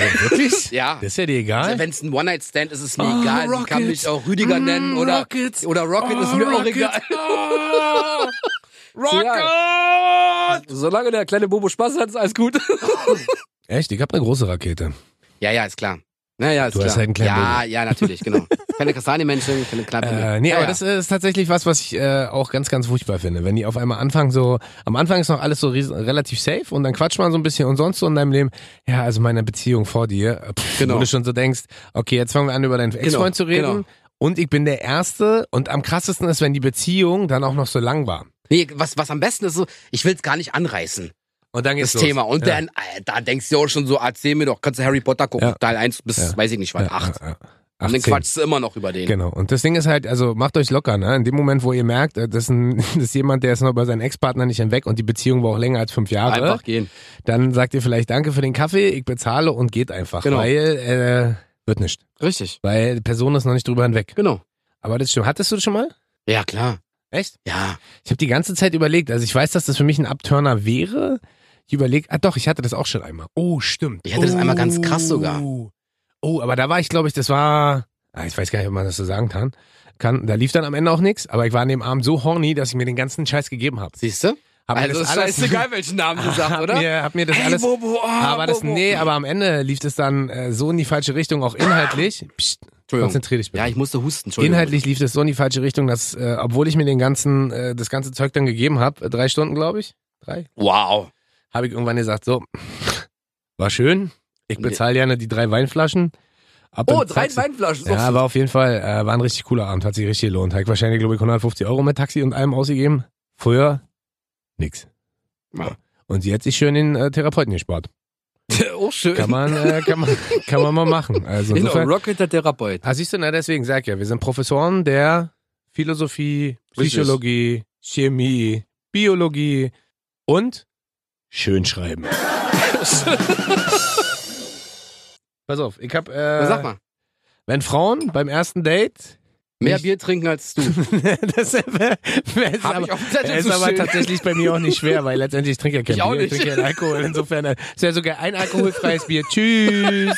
Speaker 1: (laughs)
Speaker 2: Wirklich?
Speaker 1: Ja.
Speaker 2: Das ist ja dir egal.
Speaker 1: Also, wenn es ein One-Night-Stand ist, ist es mir
Speaker 2: Oh,
Speaker 1: egal. Man kann
Speaker 2: Rocket.
Speaker 1: mich auch Rüdiger
Speaker 2: Mm,
Speaker 1: nennen oder
Speaker 2: Rocket.
Speaker 1: oder Rocket ist mir auch egal. (laughs)
Speaker 2: Oh, Rocket!
Speaker 1: Also, Solange der kleine Bobo Spaß hat, ist alles gut. (laughs)
Speaker 2: Echt? Ich hab eine große Rakete.
Speaker 1: Ja, ja, ist klar. Naja, ist
Speaker 2: Du
Speaker 1: klar.
Speaker 2: hast halt einen kleinen
Speaker 1: ja, ja, natürlich,
Speaker 2: (laughs)
Speaker 1: genau. Keine Kastanienmenschen, keine Knappen.
Speaker 2: Äh, nee,
Speaker 1: ja,
Speaker 2: aber
Speaker 1: ja.
Speaker 2: das ist tatsächlich was, was ich äh, auch ganz, ganz furchtbar finde. Wenn die auf einmal anfangen, so, am Anfang ist noch alles so riesen, relativ safe und dann quatscht man so ein bisschen und sonst so in deinem Leben, ja, also meine Beziehung vor dir, äh, pff,
Speaker 1: Genau.
Speaker 2: wo du schon so denkst, okay, jetzt fangen wir an, über deinen Ex-Freund zu reden.
Speaker 1: genau.
Speaker 2: Und ich bin der Erste und am krassesten ist, wenn die Beziehung dann auch noch so lang war.
Speaker 1: Nee, was, was am besten ist so, ich will es gar nicht anreißen,
Speaker 2: Und dann geht's
Speaker 1: das
Speaker 2: los.
Speaker 1: Thema. Und
Speaker 2: ja.
Speaker 1: dann, äh, da denkst du auch schon so, erzähl mir doch, kannst du Harry Potter gucken,
Speaker 2: Ja.
Speaker 1: Teil 1 bis,
Speaker 2: Ja.
Speaker 1: weiß ich nicht, was, 8.
Speaker 2: Ja, ja, ja.
Speaker 1: Und dann
Speaker 2: 18.
Speaker 1: quatschst du immer noch über den.
Speaker 2: Genau. Und das Ding ist halt, also macht euch locker, ne? In dem Moment, wo ihr merkt, äh, das ist, ein, (laughs) das ist jemand, der ist noch über seinen Ex-Partner nicht hinweg und die Beziehung war auch länger als fünf Jahre.
Speaker 1: Einfach gehen.
Speaker 2: dann sagt ihr vielleicht Danke für den Kaffee, ich bezahle und geht einfach.
Speaker 1: Genau.
Speaker 2: Weil äh, wird nicht.
Speaker 1: Richtig.
Speaker 2: Weil die Person ist noch nicht drüber hinweg.
Speaker 1: Genau.
Speaker 2: Aber das stimmt. Hattest du das schon mal?
Speaker 1: Ja, klar.
Speaker 2: Echt?
Speaker 1: Ja.
Speaker 2: Ich habe die ganze Zeit überlegt. Also ich weiß, dass das für mich ein Abturner wäre. Ich überlege, ah doch, ich hatte das auch schon einmal. Oh, stimmt.
Speaker 1: Ich hatte das einmal ganz krass sogar.
Speaker 2: Oh, aber da war ich, glaube ich, das war, ah, ich weiß gar nicht, ob man das so sagen kann. kann. Da lief dann am Ende auch nichts, aber ich war an dem Abend so horny, dass ich mir den ganzen Scheiß gegeben habe.
Speaker 1: Siehst du?
Speaker 2: Hab mir
Speaker 1: Also
Speaker 2: das
Speaker 1: ist
Speaker 2: alles-
Speaker 1: scheißegal, welchen Namen
Speaker 2: (laughs)
Speaker 1: du sagst,
Speaker 2: hab
Speaker 1: oder?
Speaker 2: Mir, hab mir das
Speaker 1: Ey,
Speaker 2: alles
Speaker 1: Bobo, oh,
Speaker 2: aber das,
Speaker 1: Bobo.
Speaker 2: nee, aber am Ende lief das dann äh, so in die falsche Richtung, auch inhaltlich. Psst,
Speaker 1: Entschuldigung.
Speaker 2: konzentrier dich bitte.
Speaker 1: Ja, ich musste husten, Entschuldigung.
Speaker 2: inhaltlich lief das so in die falsche Richtung, dass, äh, obwohl ich mir den ganzen, äh, das ganze Zeug dann gegeben habe, äh, drei Stunden, glaube ich, drei,
Speaker 1: Wow.
Speaker 2: habe ich irgendwann gesagt, so, (laughs) war schön, ich bezahle gerne die drei Weinflaschen. Ab
Speaker 1: Oh,
Speaker 2: ins
Speaker 1: drei
Speaker 2: Taxi.
Speaker 1: Weinflaschen.
Speaker 2: Ja, war auf jeden Fall, äh, war ein richtig cooler Abend, hat sich richtig gelohnt. Habe ich wahrscheinlich, glaube ich, 150 Euro mit Taxi und allem ausgegeben. Früher nix.
Speaker 1: Ja.
Speaker 2: Und sie hat sich schön den äh, Therapeuten gespart.
Speaker 1: (laughs) oh, schön.
Speaker 2: Kann man, äh, kann man, kann man mal machen. Also
Speaker 1: Genau,
Speaker 2: insofern,
Speaker 1: Rocket der Therapeut.
Speaker 2: ah, siehst du, na, deswegen sag ich ja, wir sind Professoren der Philosophie,
Speaker 1: Richtig.
Speaker 2: Psychologie, Chemie, Biologie und Schönschreiben. (laughs) Pass auf, ich hab,
Speaker 1: Na,
Speaker 2: äh,
Speaker 1: Sag mal,
Speaker 2: wenn Frauen beim ersten Date, (laughs)
Speaker 1: mehr
Speaker 2: nicht-
Speaker 1: Bier trinken als
Speaker 2: (laughs)
Speaker 1: du.
Speaker 2: das äh, ist
Speaker 1: Hab ich
Speaker 2: aber,
Speaker 1: auf dem (laughs) Zettel
Speaker 2: ist
Speaker 1: so
Speaker 2: aber
Speaker 1: stehen.
Speaker 2: tatsächlich bei mir auch nicht schwer, weil letztendlich ich trinke ja kein
Speaker 1: Ich auch
Speaker 2: Bier, ich
Speaker 1: nicht.
Speaker 2: trinke ja Alkohol, insofern, äh, ist ja sogar ein alkoholfreies
Speaker 1: (laughs)
Speaker 2: Bier, tschüss.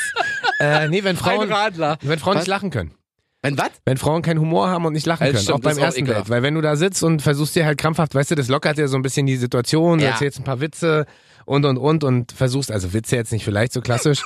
Speaker 2: Äh, nee, wenn Frauen,
Speaker 1: Ein Radler.
Speaker 2: wenn Frauen
Speaker 1: Was?
Speaker 2: nicht lachen können.
Speaker 1: Wenn was?
Speaker 2: Wenn Frauen keinen Humor haben und nicht lachen
Speaker 1: Ja,
Speaker 2: können,
Speaker 1: stimmt,
Speaker 2: auch beim
Speaker 1: das ist auch
Speaker 2: ersten
Speaker 1: ekelhaft.
Speaker 2: Date. Weil wenn du da sitzt und versuchst dir halt krampfhaft, weißt du, das lockert ja so ein bisschen die Situation, du
Speaker 1: Ja.
Speaker 2: erzählst ein paar Witze und und und und versuchst, also Witze jetzt nicht vielleicht
Speaker 1: (laughs)
Speaker 2: so klassisch,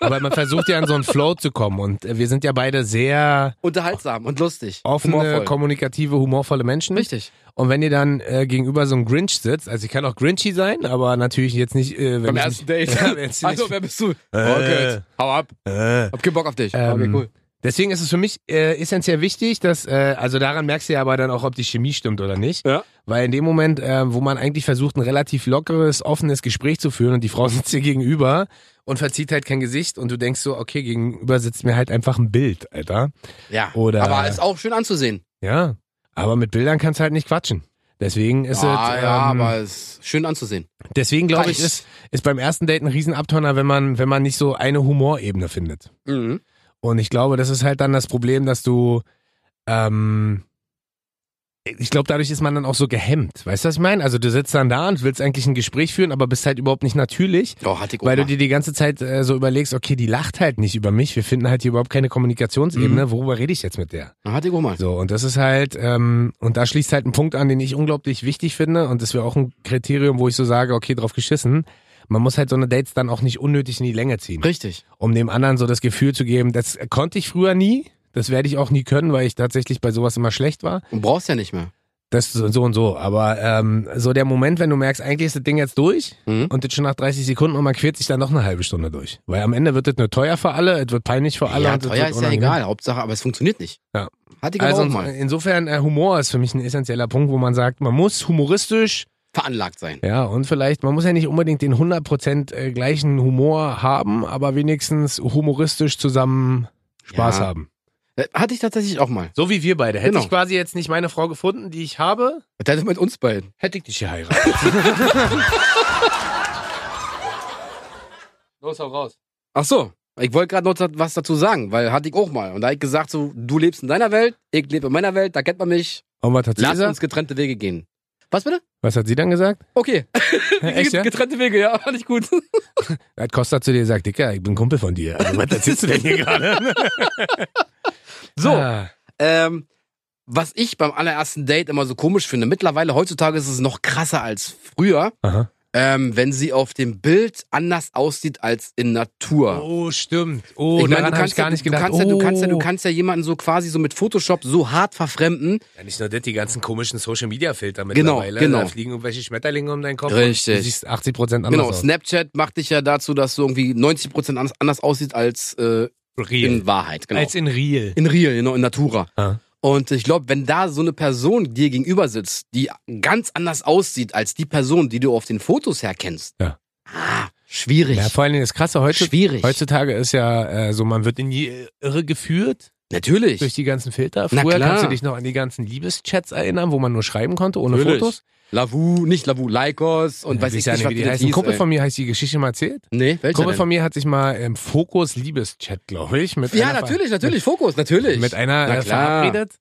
Speaker 2: aber man versucht ja in so einen Flow zu kommen und äh, wir sind ja beide sehr
Speaker 1: Unterhaltsam und lustig.
Speaker 2: offene,
Speaker 1: Humorvoll.
Speaker 2: kommunikative, humorvolle Menschen.
Speaker 1: Richtig.
Speaker 2: Und wenn ihr dann äh, gegenüber so einem Grinch sitzt, also ich kann auch Grinchy sein, aber natürlich jetzt nicht, äh, wenn
Speaker 1: Beim
Speaker 2: ich
Speaker 1: ersten
Speaker 2: nicht,
Speaker 1: Date.
Speaker 2: (laughs) Ja, wenn ich
Speaker 1: also,
Speaker 2: nicht-
Speaker 1: wer bist du? Rocket. Hau ab.
Speaker 2: äh,
Speaker 1: Hab keinen Bock auf dich. okay,
Speaker 2: Ähm,
Speaker 1: cool.
Speaker 2: Deswegen ist es für mich äh, essentiell wichtig, dass, äh, also daran merkst du ja aber dann auch, ob die Chemie stimmt oder nicht.
Speaker 1: Ja.
Speaker 2: Weil in dem Moment, äh, wo man eigentlich versucht, ein relativ lockeres, offenes Gespräch zu führen und die Frau (laughs) sitzt dir gegenüber und verzieht halt kein Gesicht und du denkst so, okay, gegenüber sitzt mir halt einfach ein Bild, Alter.
Speaker 1: Ja.
Speaker 2: Oder-
Speaker 1: Aber ist auch schön anzusehen.
Speaker 2: Ja. Aber mit Bildern kannst du halt nicht quatschen. Deswegen ist
Speaker 1: ah,
Speaker 2: es.
Speaker 1: ja,
Speaker 2: ähm,
Speaker 1: aber ist schön anzusehen.
Speaker 2: Deswegen glaube ich,
Speaker 1: Reicht.
Speaker 2: ist, ist beim ersten Date ein Riesenabturner, wenn man, wenn man nicht so eine Humorebene findet.
Speaker 1: Mhm.
Speaker 2: Und ich glaube, das ist halt dann das Problem, dass du, ähm, ich glaube, dadurch ist man dann auch so gehemmt. Weißt du, was ich meine? Also du sitzt dann da und willst eigentlich ein Gespräch führen, aber bist halt überhaupt nicht natürlich,
Speaker 1: Oh, hatte ich auch
Speaker 2: weil du
Speaker 1: mal.
Speaker 2: dir die ganze Zeit äh, so überlegst, okay, die lacht halt nicht über mich, wir finden halt hier überhaupt keine Kommunikationsebene,
Speaker 1: Mhm.
Speaker 2: worüber rede ich jetzt mit der?
Speaker 1: Ah, hatte ich auch mal.
Speaker 2: So, und das ist halt, ähm, und da schließt halt ein Punkt an, den ich unglaublich wichtig finde. Und das wäre auch ein Kriterium, wo ich so sage, okay, drauf geschissen. Man muss halt so eine Dates dann auch nicht unnötig in die Länge ziehen,
Speaker 1: Richtig.
Speaker 2: um dem anderen so das Gefühl zu geben, das konnte ich früher nie, das werde ich auch nie können, weil ich tatsächlich bei sowas immer schlecht war.
Speaker 1: Und brauchst ja nicht mehr.
Speaker 2: Das so so und so. Aber ähm, so der Moment, wenn du merkst, eigentlich ist das Ding jetzt durch
Speaker 1: Mhm.
Speaker 2: und das schon nach 30 Sekunden und man quält sich dann noch eine halbe Stunde durch. Weil am Ende wird das nur teuer für alle, es wird peinlich für alle.
Speaker 1: ja,
Speaker 2: und es
Speaker 1: teuer
Speaker 2: wird
Speaker 1: ist ja
Speaker 2: unangenehm.
Speaker 1: egal, Hauptsache, aber es funktioniert nicht.
Speaker 2: Ja.
Speaker 1: Hat die
Speaker 2: Also
Speaker 1: also, auch
Speaker 2: ins-
Speaker 1: mal.
Speaker 2: insofern, äh, Humor ist für mich ein essentieller Punkt, wo man sagt, man muss humoristisch,
Speaker 1: Veranlagt sein.
Speaker 2: ja, und vielleicht, man muss ja nicht unbedingt den 100% äh, gleichen Humor haben, aber wenigstens humoristisch zusammen Spaß
Speaker 1: Ja.
Speaker 2: haben.
Speaker 1: Äh, Hatte ich tatsächlich auch mal.
Speaker 2: So wie wir beide. Hätte
Speaker 1: Genau.
Speaker 2: ich quasi jetzt nicht meine Frau gefunden, die ich habe,
Speaker 1: Das mit uns beiden.
Speaker 2: hätte ich
Speaker 1: (laughs)
Speaker 2: dich geheiratet. Los, hau raus.
Speaker 1: Ach so. Ich wollte gerade noch da- was dazu sagen, weil hatte ich auch mal. Und da hab ich gesagt, so, du lebst in deiner Welt, ich lebe in meiner Welt, da kennt man mich.
Speaker 2: Und was hat sie
Speaker 1: Lass
Speaker 2: gesagt?
Speaker 1: uns getrennte Wege gehen. Was bitte?
Speaker 2: Was hat sie
Speaker 1: (laughs)
Speaker 2: dann gesagt?
Speaker 1: Okay.
Speaker 2: Echt, ja?
Speaker 1: Getrennte Wege, ja, (laughs) fand ich gut.
Speaker 2: Hat Costa zu dir gesagt, Dicker, ich bin Kumpel von dir. Also, was erzählst du denn hier
Speaker 1: (laughs)
Speaker 2: gerade?
Speaker 1: So,
Speaker 2: Ah.
Speaker 1: ähm, was ich beim allerersten Date immer so komisch finde, mittlerweile, heutzutage ist es noch krasser als früher,
Speaker 2: Aha.
Speaker 1: ähm, wenn sie auf dem Bild anders aussieht als in Natur.
Speaker 2: Oh, stimmt. Oh,
Speaker 1: ich meine,
Speaker 2: daran
Speaker 1: du
Speaker 2: habe ich
Speaker 1: kannst,
Speaker 2: gar
Speaker 1: ja,
Speaker 2: nicht
Speaker 1: du,
Speaker 2: gedacht.
Speaker 1: kannst
Speaker 2: oh.
Speaker 1: ja, du kannst ja, du kannst ja jemanden so quasi so mit Photoshop so hart verfremden.
Speaker 2: Ja, nicht nur das, die ganzen komischen Social-Media-Filter
Speaker 1: Genau,
Speaker 2: mittlerweile.
Speaker 1: genau.
Speaker 2: Da fliegen irgendwelche Schmetterlinge um deinen Kopf.
Speaker 1: Richtig.
Speaker 2: Und du siehst 80 Prozent anders
Speaker 1: Genau,
Speaker 2: aus.
Speaker 1: Snapchat macht dich ja dazu, dass du irgendwie 90 Prozent anders, anders aussieht als äh,
Speaker 2: Real.
Speaker 1: in Wahrheit. Genau.
Speaker 2: Als in Real.
Speaker 1: in Real, genau, in Natura.
Speaker 2: Ja.
Speaker 1: Und ich glaube, wenn da so eine Person dir gegenüber sitzt, die ganz anders aussieht als die Person, die du auf den Fotos herkennst,
Speaker 2: Ja.
Speaker 1: ah, schwierig.
Speaker 2: Ja, vor allen Dingen das Krasse heute,
Speaker 1: schwierig.
Speaker 2: heutzutage ist ja äh, so, man wird in die Irre geführt
Speaker 1: Natürlich.
Speaker 2: durch die ganzen Filter.
Speaker 1: Na
Speaker 2: Früher
Speaker 1: klar.
Speaker 2: kannst du dich noch an die ganzen Liebeschats erinnern, wo man nur schreiben konnte, ohne
Speaker 1: Natürlich.
Speaker 2: Fotos.
Speaker 1: Lavu, nicht Lavu, Lycos und weiß ich
Speaker 2: ja
Speaker 1: nicht,
Speaker 2: nicht,
Speaker 1: was
Speaker 2: wie
Speaker 1: die
Speaker 2: die
Speaker 1: das
Speaker 2: heißen. Ein
Speaker 1: hieß,
Speaker 2: Kumpel
Speaker 1: ey.
Speaker 2: von mir hat die Geschichte mal erzählt.
Speaker 1: Nee, welcher
Speaker 2: Kumpel
Speaker 1: denn?
Speaker 2: von mir hat sich mal im Fokus Liebeschat, glaube ich, mit
Speaker 1: Ja,
Speaker 2: einer-
Speaker 1: natürlich, natürlich, Fokus, natürlich.
Speaker 2: mit einer
Speaker 1: Na
Speaker 2: äh,
Speaker 1: klar.
Speaker 2: verabredet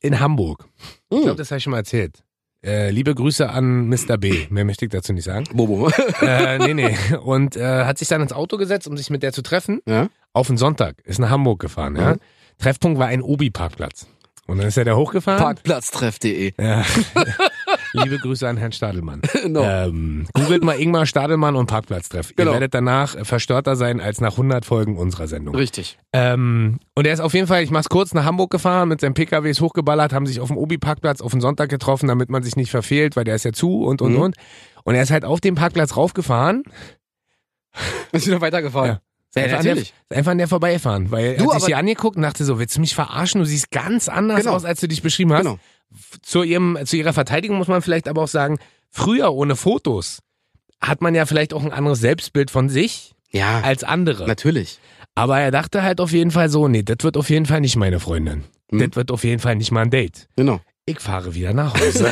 Speaker 2: in Hamburg. Ich
Speaker 1: Hm.
Speaker 2: glaube, das habe ich schon mal erzählt. Äh, liebe Grüße an Mr. B. Mehr möchte ich dazu
Speaker 1: (laughs)
Speaker 2: nicht sagen.
Speaker 1: Bobo.
Speaker 2: Äh, nee, nee. Und äh, hat sich dann ins Auto gesetzt, um sich mit der zu treffen.
Speaker 1: Ja.
Speaker 2: Auf den Sonntag. Ist nach Hamburg gefahren. Ja.
Speaker 1: Mhm.
Speaker 2: Treffpunkt war ein Obi-Parkplatz. Und dann ist er da hochgefahren.
Speaker 1: Parkplatztreff.de.
Speaker 2: Ja. Liebe Grüße an Herrn
Speaker 1: (laughs)
Speaker 2: Stadelmann.
Speaker 1: Genau.
Speaker 2: Ähm, googelt mal Ingmar Stadelmann und Parkplatztreff.
Speaker 1: Genau.
Speaker 2: Ihr werdet danach verstörter sein als nach 100 Folgen unserer Sendung.
Speaker 1: Richtig.
Speaker 2: Ähm, und er ist auf jeden Fall, ich mach's kurz, nach Hamburg gefahren, mit seinem PKW ist hochgeballert, haben sich auf dem Obi-Parkplatz auf den Sonntag getroffen, damit man sich nicht verfehlt, weil der ist ja zu und und
Speaker 1: Mhm.
Speaker 2: und. Und er ist halt auf dem Parkplatz raufgefahren.
Speaker 1: Ist wieder weitergefahren. Ja,
Speaker 2: Ist einfach
Speaker 1: natürlich.
Speaker 2: An der, ist einfach an der vorbeigefahren, weil er
Speaker 1: Du,
Speaker 2: hat sich
Speaker 1: aber-
Speaker 2: hier angeguckt und dachte so, willst du mich verarschen? Du siehst ganz anders
Speaker 1: Genau.
Speaker 2: aus, als du dich beschrieben hast.
Speaker 1: Genau.
Speaker 2: Zu, ihrem, zu ihrer Verteidigung muss man vielleicht aber auch sagen, früher ohne Fotos hat man ja vielleicht auch ein anderes Selbstbild von sich
Speaker 1: Ja,
Speaker 2: als andere.
Speaker 1: natürlich.
Speaker 2: Aber er dachte halt auf jeden Fall so, nee, das wird auf jeden Fall nicht meine Freundin.
Speaker 1: Hm.
Speaker 2: Das wird auf jeden Fall nicht mal ein Date.
Speaker 1: Genau.
Speaker 2: Ich fahre wieder nach (laughs) Hause.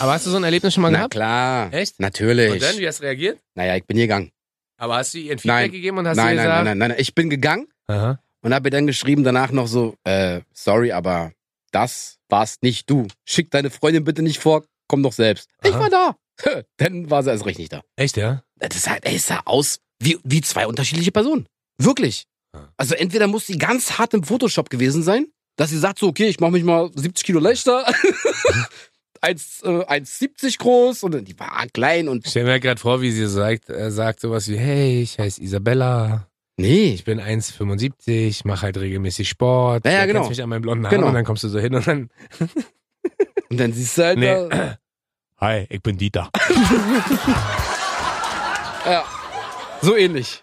Speaker 2: Aber hast du so ein Erlebnis schon mal
Speaker 1: Na
Speaker 2: gehabt?
Speaker 1: klar.
Speaker 2: Echt?
Speaker 1: Natürlich.
Speaker 2: Und dann, wie hast du reagiert?
Speaker 1: Naja, ich bin gegangen.
Speaker 2: Aber hast du ihr ein Feedback
Speaker 1: Nein.
Speaker 2: gegeben und hast
Speaker 1: Nein, nein,
Speaker 2: ihr
Speaker 1: nein,
Speaker 2: gesagt?
Speaker 1: nein, nein, nein. Ich bin gegangen
Speaker 2: nein. Aha.
Speaker 1: und habe ihr dann geschrieben danach noch so, äh, sorry, aber das warst nicht du. Schick deine Freundin bitte nicht vor, komm doch selbst. Ich
Speaker 2: Aha.
Speaker 1: war da. (laughs) dann war sie erst recht nicht da.
Speaker 2: Echt, ja?
Speaker 1: Das ist halt, ey, sah aus wie, wie zwei unterschiedliche Personen. Wirklich.
Speaker 2: Ja.
Speaker 1: Also entweder muss sie ganz hart im Photoshop gewesen sein, dass sie sagt so, okay, ich mache mich mal 70 Kilo leichter. (laughs) 1, äh, 1,70 groß und die war klein und
Speaker 2: Ich stell mir gerade vor, wie sie sagt, äh, sagt sowas wie, hey, ich heiße Isabella,
Speaker 1: nee,
Speaker 2: ich bin 1,75, mache halt regelmäßig Sport.
Speaker 1: Ja, ja,
Speaker 2: du erkennst
Speaker 1: genau.
Speaker 2: mich an meinen blonden Haaren
Speaker 1: Genau.
Speaker 2: und dann kommst du so hin und dann,
Speaker 1: Und dann siehst du halt
Speaker 2: Nee. (clears throat)
Speaker 1: da,
Speaker 2: hi, ich bin Dieter.
Speaker 1: so ähnlich.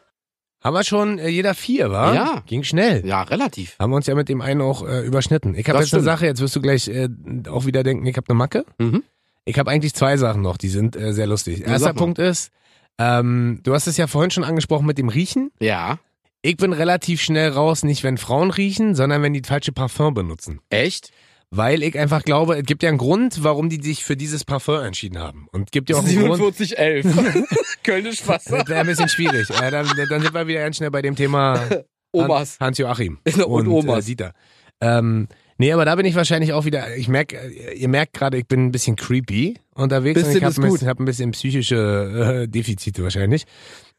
Speaker 2: Haben wir schon äh, jeder vier, wa?
Speaker 1: Ja.
Speaker 2: Ging schnell.
Speaker 1: Ja, relativ.
Speaker 2: Haben wir uns ja mit dem einen auch äh, überschnitten. Ich habe
Speaker 1: Das
Speaker 2: jetzt eine
Speaker 1: stimmt.
Speaker 2: Sache, jetzt wirst du gleich äh, auch wieder denken, ich habe eine Macke.
Speaker 1: Mhm.
Speaker 2: Ich habe eigentlich zwei Sachen noch, die sind äh, sehr lustig.
Speaker 1: Ja,
Speaker 2: Erster
Speaker 1: sag mal.
Speaker 2: Punkt ist, ähm, du hast es ja vorhin schon angesprochen mit dem Riechen.
Speaker 1: Ja.
Speaker 2: Ich bin relativ schnell raus, nicht wenn Frauen riechen, sondern wenn die falsche Parfum benutzen.
Speaker 1: Echt?
Speaker 2: Weil ich einfach glaube, es gibt ja einen Grund, warum die sich für dieses Parfum entschieden haben. Und es gibt ja auch einen Grund. (laughs)
Speaker 1: 4711. Kölnisch Wasser.
Speaker 2: Das wäre ein bisschen schwierig. Ja, dann, dann sind wir wieder ganz schnell bei
Speaker 1: (laughs)
Speaker 2: dem Thema
Speaker 1: Omas.
Speaker 2: Han- Hans-Joachim.
Speaker 1: (laughs) Und Omas.
Speaker 2: Äh, Dieter. Ähm, nee, aber da bin ich wahrscheinlich auch wieder, ich merk, äh, ihr merkt gerade, ich bin ein bisschen creepy unterwegs
Speaker 1: Bisschen
Speaker 2: und ich
Speaker 1: ist
Speaker 2: habe ein,
Speaker 1: gut.
Speaker 2: bisschen- hab ein bisschen psychische äh, Defizite wahrscheinlich.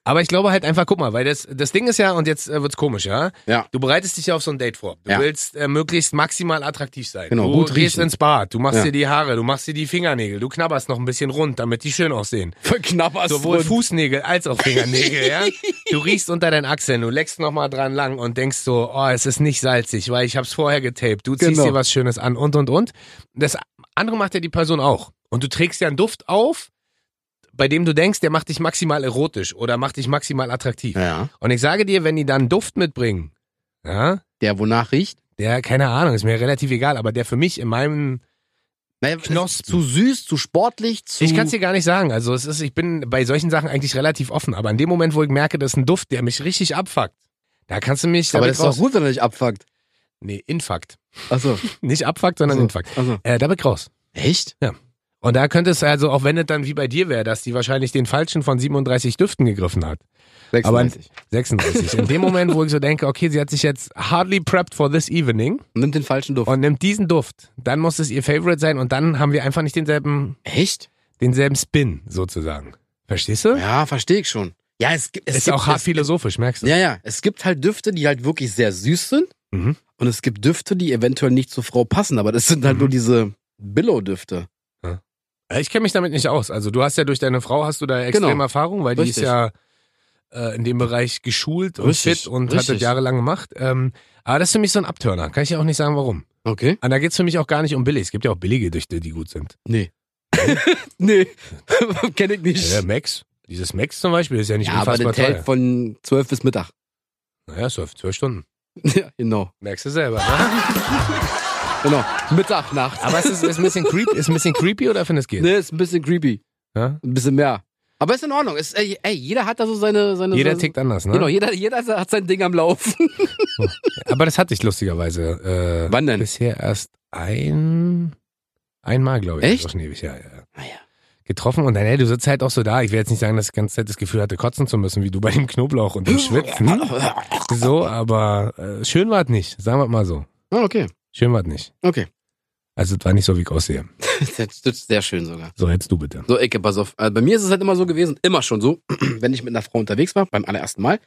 Speaker 2: Aber ich glaube halt einfach, guck mal, weil das, das Ding ist ja, und jetzt äh, wird's komisch, ja?
Speaker 1: Ja.
Speaker 2: Du bereitest dich ja auf so ein Date vor. Du
Speaker 1: Ja.
Speaker 2: willst äh, möglichst maximal attraktiv sein.
Speaker 1: Genau,
Speaker 2: du
Speaker 1: gut
Speaker 2: gehst
Speaker 1: riechen.
Speaker 2: ins Bad, du machst
Speaker 1: Ja.
Speaker 2: dir die Haare, du machst dir die Fingernägel, du knabberst noch ein bisschen rund, damit die schön aussehen.
Speaker 1: Verknapperst
Speaker 2: Sowohl
Speaker 1: und-
Speaker 2: Fußnägel als auch Fingernägel,
Speaker 1: (laughs)
Speaker 2: ja? Du riechst unter deinen Achseln, du leckst nochmal dran lang und denkst so, oh, es ist nicht salzig, weil ich hab's vorher getaped. Du ziehst
Speaker 1: Genau.
Speaker 2: dir was Schönes an und, und, und. Das andere macht ja die Person auch. Und du trägst ja einen Duft auf, bei dem du denkst, der macht dich maximal erotisch oder macht dich maximal attraktiv.
Speaker 1: Ja.
Speaker 2: Und ich sage dir, wenn die dann einen Duft mitbringen, ja,
Speaker 1: Der, wonach riecht?
Speaker 2: der, keine Ahnung, ist mir relativ egal, aber der für mich in meinem,
Speaker 1: Naja,
Speaker 2: Knospen.
Speaker 1: Zu süß, zu sportlich, zu.
Speaker 2: ich kann es dir gar nicht sagen, also es ist, ich bin bei solchen Sachen eigentlich relativ offen, aber in dem Moment, wo ich merke, das ist ein Duft, der mich richtig abfuckt, da kannst du mich, da
Speaker 1: aber
Speaker 2: bin
Speaker 1: das
Speaker 2: ich
Speaker 1: ist doch gut, wenn er dich abfuckt.
Speaker 2: nee, infuckt, (laughs)
Speaker 1: Achso.
Speaker 2: nicht abfuckt, sondern
Speaker 1: Also.
Speaker 2: infuckt,
Speaker 1: Also.
Speaker 2: äh, da bin ich raus.
Speaker 1: Echt?
Speaker 2: Und da könnte es also, auch wenn es dann wie bei dir wäre, dass die wahrscheinlich den falschen von 37 Düften gegriffen hat,
Speaker 1: 36.
Speaker 2: 36, in dem Moment, wo ich so denke, okay, sie hat sich jetzt hardly prepped for this evening,
Speaker 1: Nimmt den falschen Duft.
Speaker 2: und nimmt diesen Duft, dann muss es ihr Favorite sein und dann haben wir einfach nicht denselben,
Speaker 1: Echt?
Speaker 2: denselben Spin sozusagen. Verstehst du?
Speaker 1: Ja, verstehe ich schon. Ja, es, gi- es
Speaker 2: ist
Speaker 1: gibt
Speaker 2: auch hart
Speaker 1: es,
Speaker 2: philosophisch, merkst du?
Speaker 1: Ja, ja. Es gibt halt Düfte, die halt wirklich sehr süß sind.
Speaker 2: Mhm.
Speaker 1: Und es gibt Düfte, die eventuell nicht zur Frau passen. Aber das sind halt
Speaker 2: Mhm.
Speaker 1: nur diese Billow-Düfte.
Speaker 2: Ich kenne mich damit nicht aus. Also du hast ja durch deine Frau hast du da extrem
Speaker 1: Genau.
Speaker 2: Erfahrung, weil die
Speaker 1: Richtig.
Speaker 2: ist ja äh, in dem Bereich geschult und
Speaker 1: Richtig,
Speaker 2: fit und hat das
Speaker 1: richtig.
Speaker 2: jahrelang gemacht. Ähm, aber das ist für mich so ein Abturner. Kann ich ja auch nicht sagen, warum.
Speaker 1: Okay?
Speaker 2: Und da geht's für mich auch gar nicht um billig. Es gibt ja auch billige Düfte, die gut sind.
Speaker 1: (laughs) Nee. nee. (laughs) Kenn ich nicht.
Speaker 2: Ja, der Max. Dieses Max zum Beispiel ist ja nicht
Speaker 1: ja, aber
Speaker 2: unfassbar
Speaker 1: das hält
Speaker 2: teuer.
Speaker 1: von 12 bis Mittag. (laughs)
Speaker 2: Naja, zwölf, zwölf Stunden.
Speaker 1: Ja, genau.
Speaker 2: Merkst du selber, ne?
Speaker 1: Genau. Mittag, Nacht.
Speaker 2: (laughs) Aber es ist, ist, ein bisschen creepy, ist ein bisschen creepy oder findest du es geht?
Speaker 1: Ne, ist ein bisschen creepy.
Speaker 2: Ja?
Speaker 1: Ein bisschen mehr. Aber ist in Ordnung. Ist, ey, ey, jeder hat da so seine. seine
Speaker 2: Jeder
Speaker 1: seine,
Speaker 2: tickt anders, ne?
Speaker 1: Genau, jeder, jeder hat sein Ding am Laufen.
Speaker 2: Aber das hatte ich lustigerweise äh,
Speaker 1: Wann denn?
Speaker 2: bisher erst ein einmal, glaube ich.
Speaker 1: Echt? Ah,
Speaker 2: Das ist auch schon ewig, ja, ja.
Speaker 1: Naja.
Speaker 2: Getroffen und dann, ey, du sitzt halt auch so da. Ich will jetzt nicht sagen, dass ich ganz das Gefühl hatte, kotzen zu müssen, wie du (laughs) bei dem Knoblauch und
Speaker 1: (laughs)
Speaker 2: dem Schwitzen. Ah, So, aber äh, schön war es nicht, sagen wir mal so.
Speaker 1: Ah, okay.
Speaker 2: Schön war es nicht.
Speaker 1: Okay.
Speaker 2: Also es war nicht so, wie ich aussehe.
Speaker 1: Das ist sehr schön sogar.
Speaker 2: So, jetzt du bitte.
Speaker 1: So, Ecke, pass auf. Also bei mir ist es halt immer so gewesen, immer schon so, (clears throat) wenn ich mit einer Frau unterwegs war, beim allerersten Mal.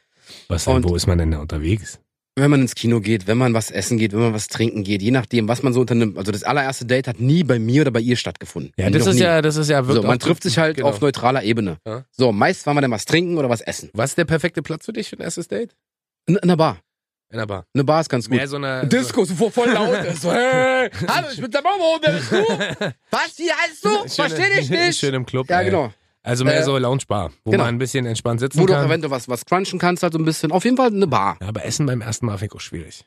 Speaker 2: Was denn,
Speaker 1: Und-
Speaker 2: wo ist man denn da unterwegs?
Speaker 1: Wenn man ins Kino geht, wenn man was essen geht, wenn man was trinken geht, je nachdem, was man so unternimmt. Also das allererste Date hat nie bei mir oder bei ihr stattgefunden.
Speaker 2: Ja, das
Speaker 1: Noch
Speaker 2: ist
Speaker 1: nie.
Speaker 2: ja, das ist ja genau.
Speaker 1: So,
Speaker 2: wirklich.
Speaker 1: man trifft sich halt auf neutraler Ebene.
Speaker 2: Ja.
Speaker 1: So, meist waren wir dann was trinken oder was essen.
Speaker 2: Was ist der perfekte Platz für dich für ein erstes Date?
Speaker 1: In, in einer Bar.
Speaker 2: In der Bar.
Speaker 1: Eine Bar ist ganz gut.
Speaker 2: Mehr so eine.
Speaker 1: Disco, so voll laut. (laughs) ist. So, hey, hallo, ich bin der Momo, wer bist du? Was, wie heißt du?
Speaker 2: Schön-
Speaker 1: Versteh dich nicht.
Speaker 2: (laughs) Schön im Club.
Speaker 1: ja,
Speaker 2: ey.
Speaker 1: genau.
Speaker 2: Also mehr
Speaker 1: Äh,
Speaker 2: so Lounge-Bar, wo
Speaker 1: genau.
Speaker 2: man ein bisschen entspannt sitzen
Speaker 1: Wo du auch
Speaker 2: kann.
Speaker 1: eventuell was, was crunchen kannst, halt so ein bisschen. Auf jeden Fall eine Bar.
Speaker 2: Ja, aber Essen beim ersten Mal finde ich auch schwierig.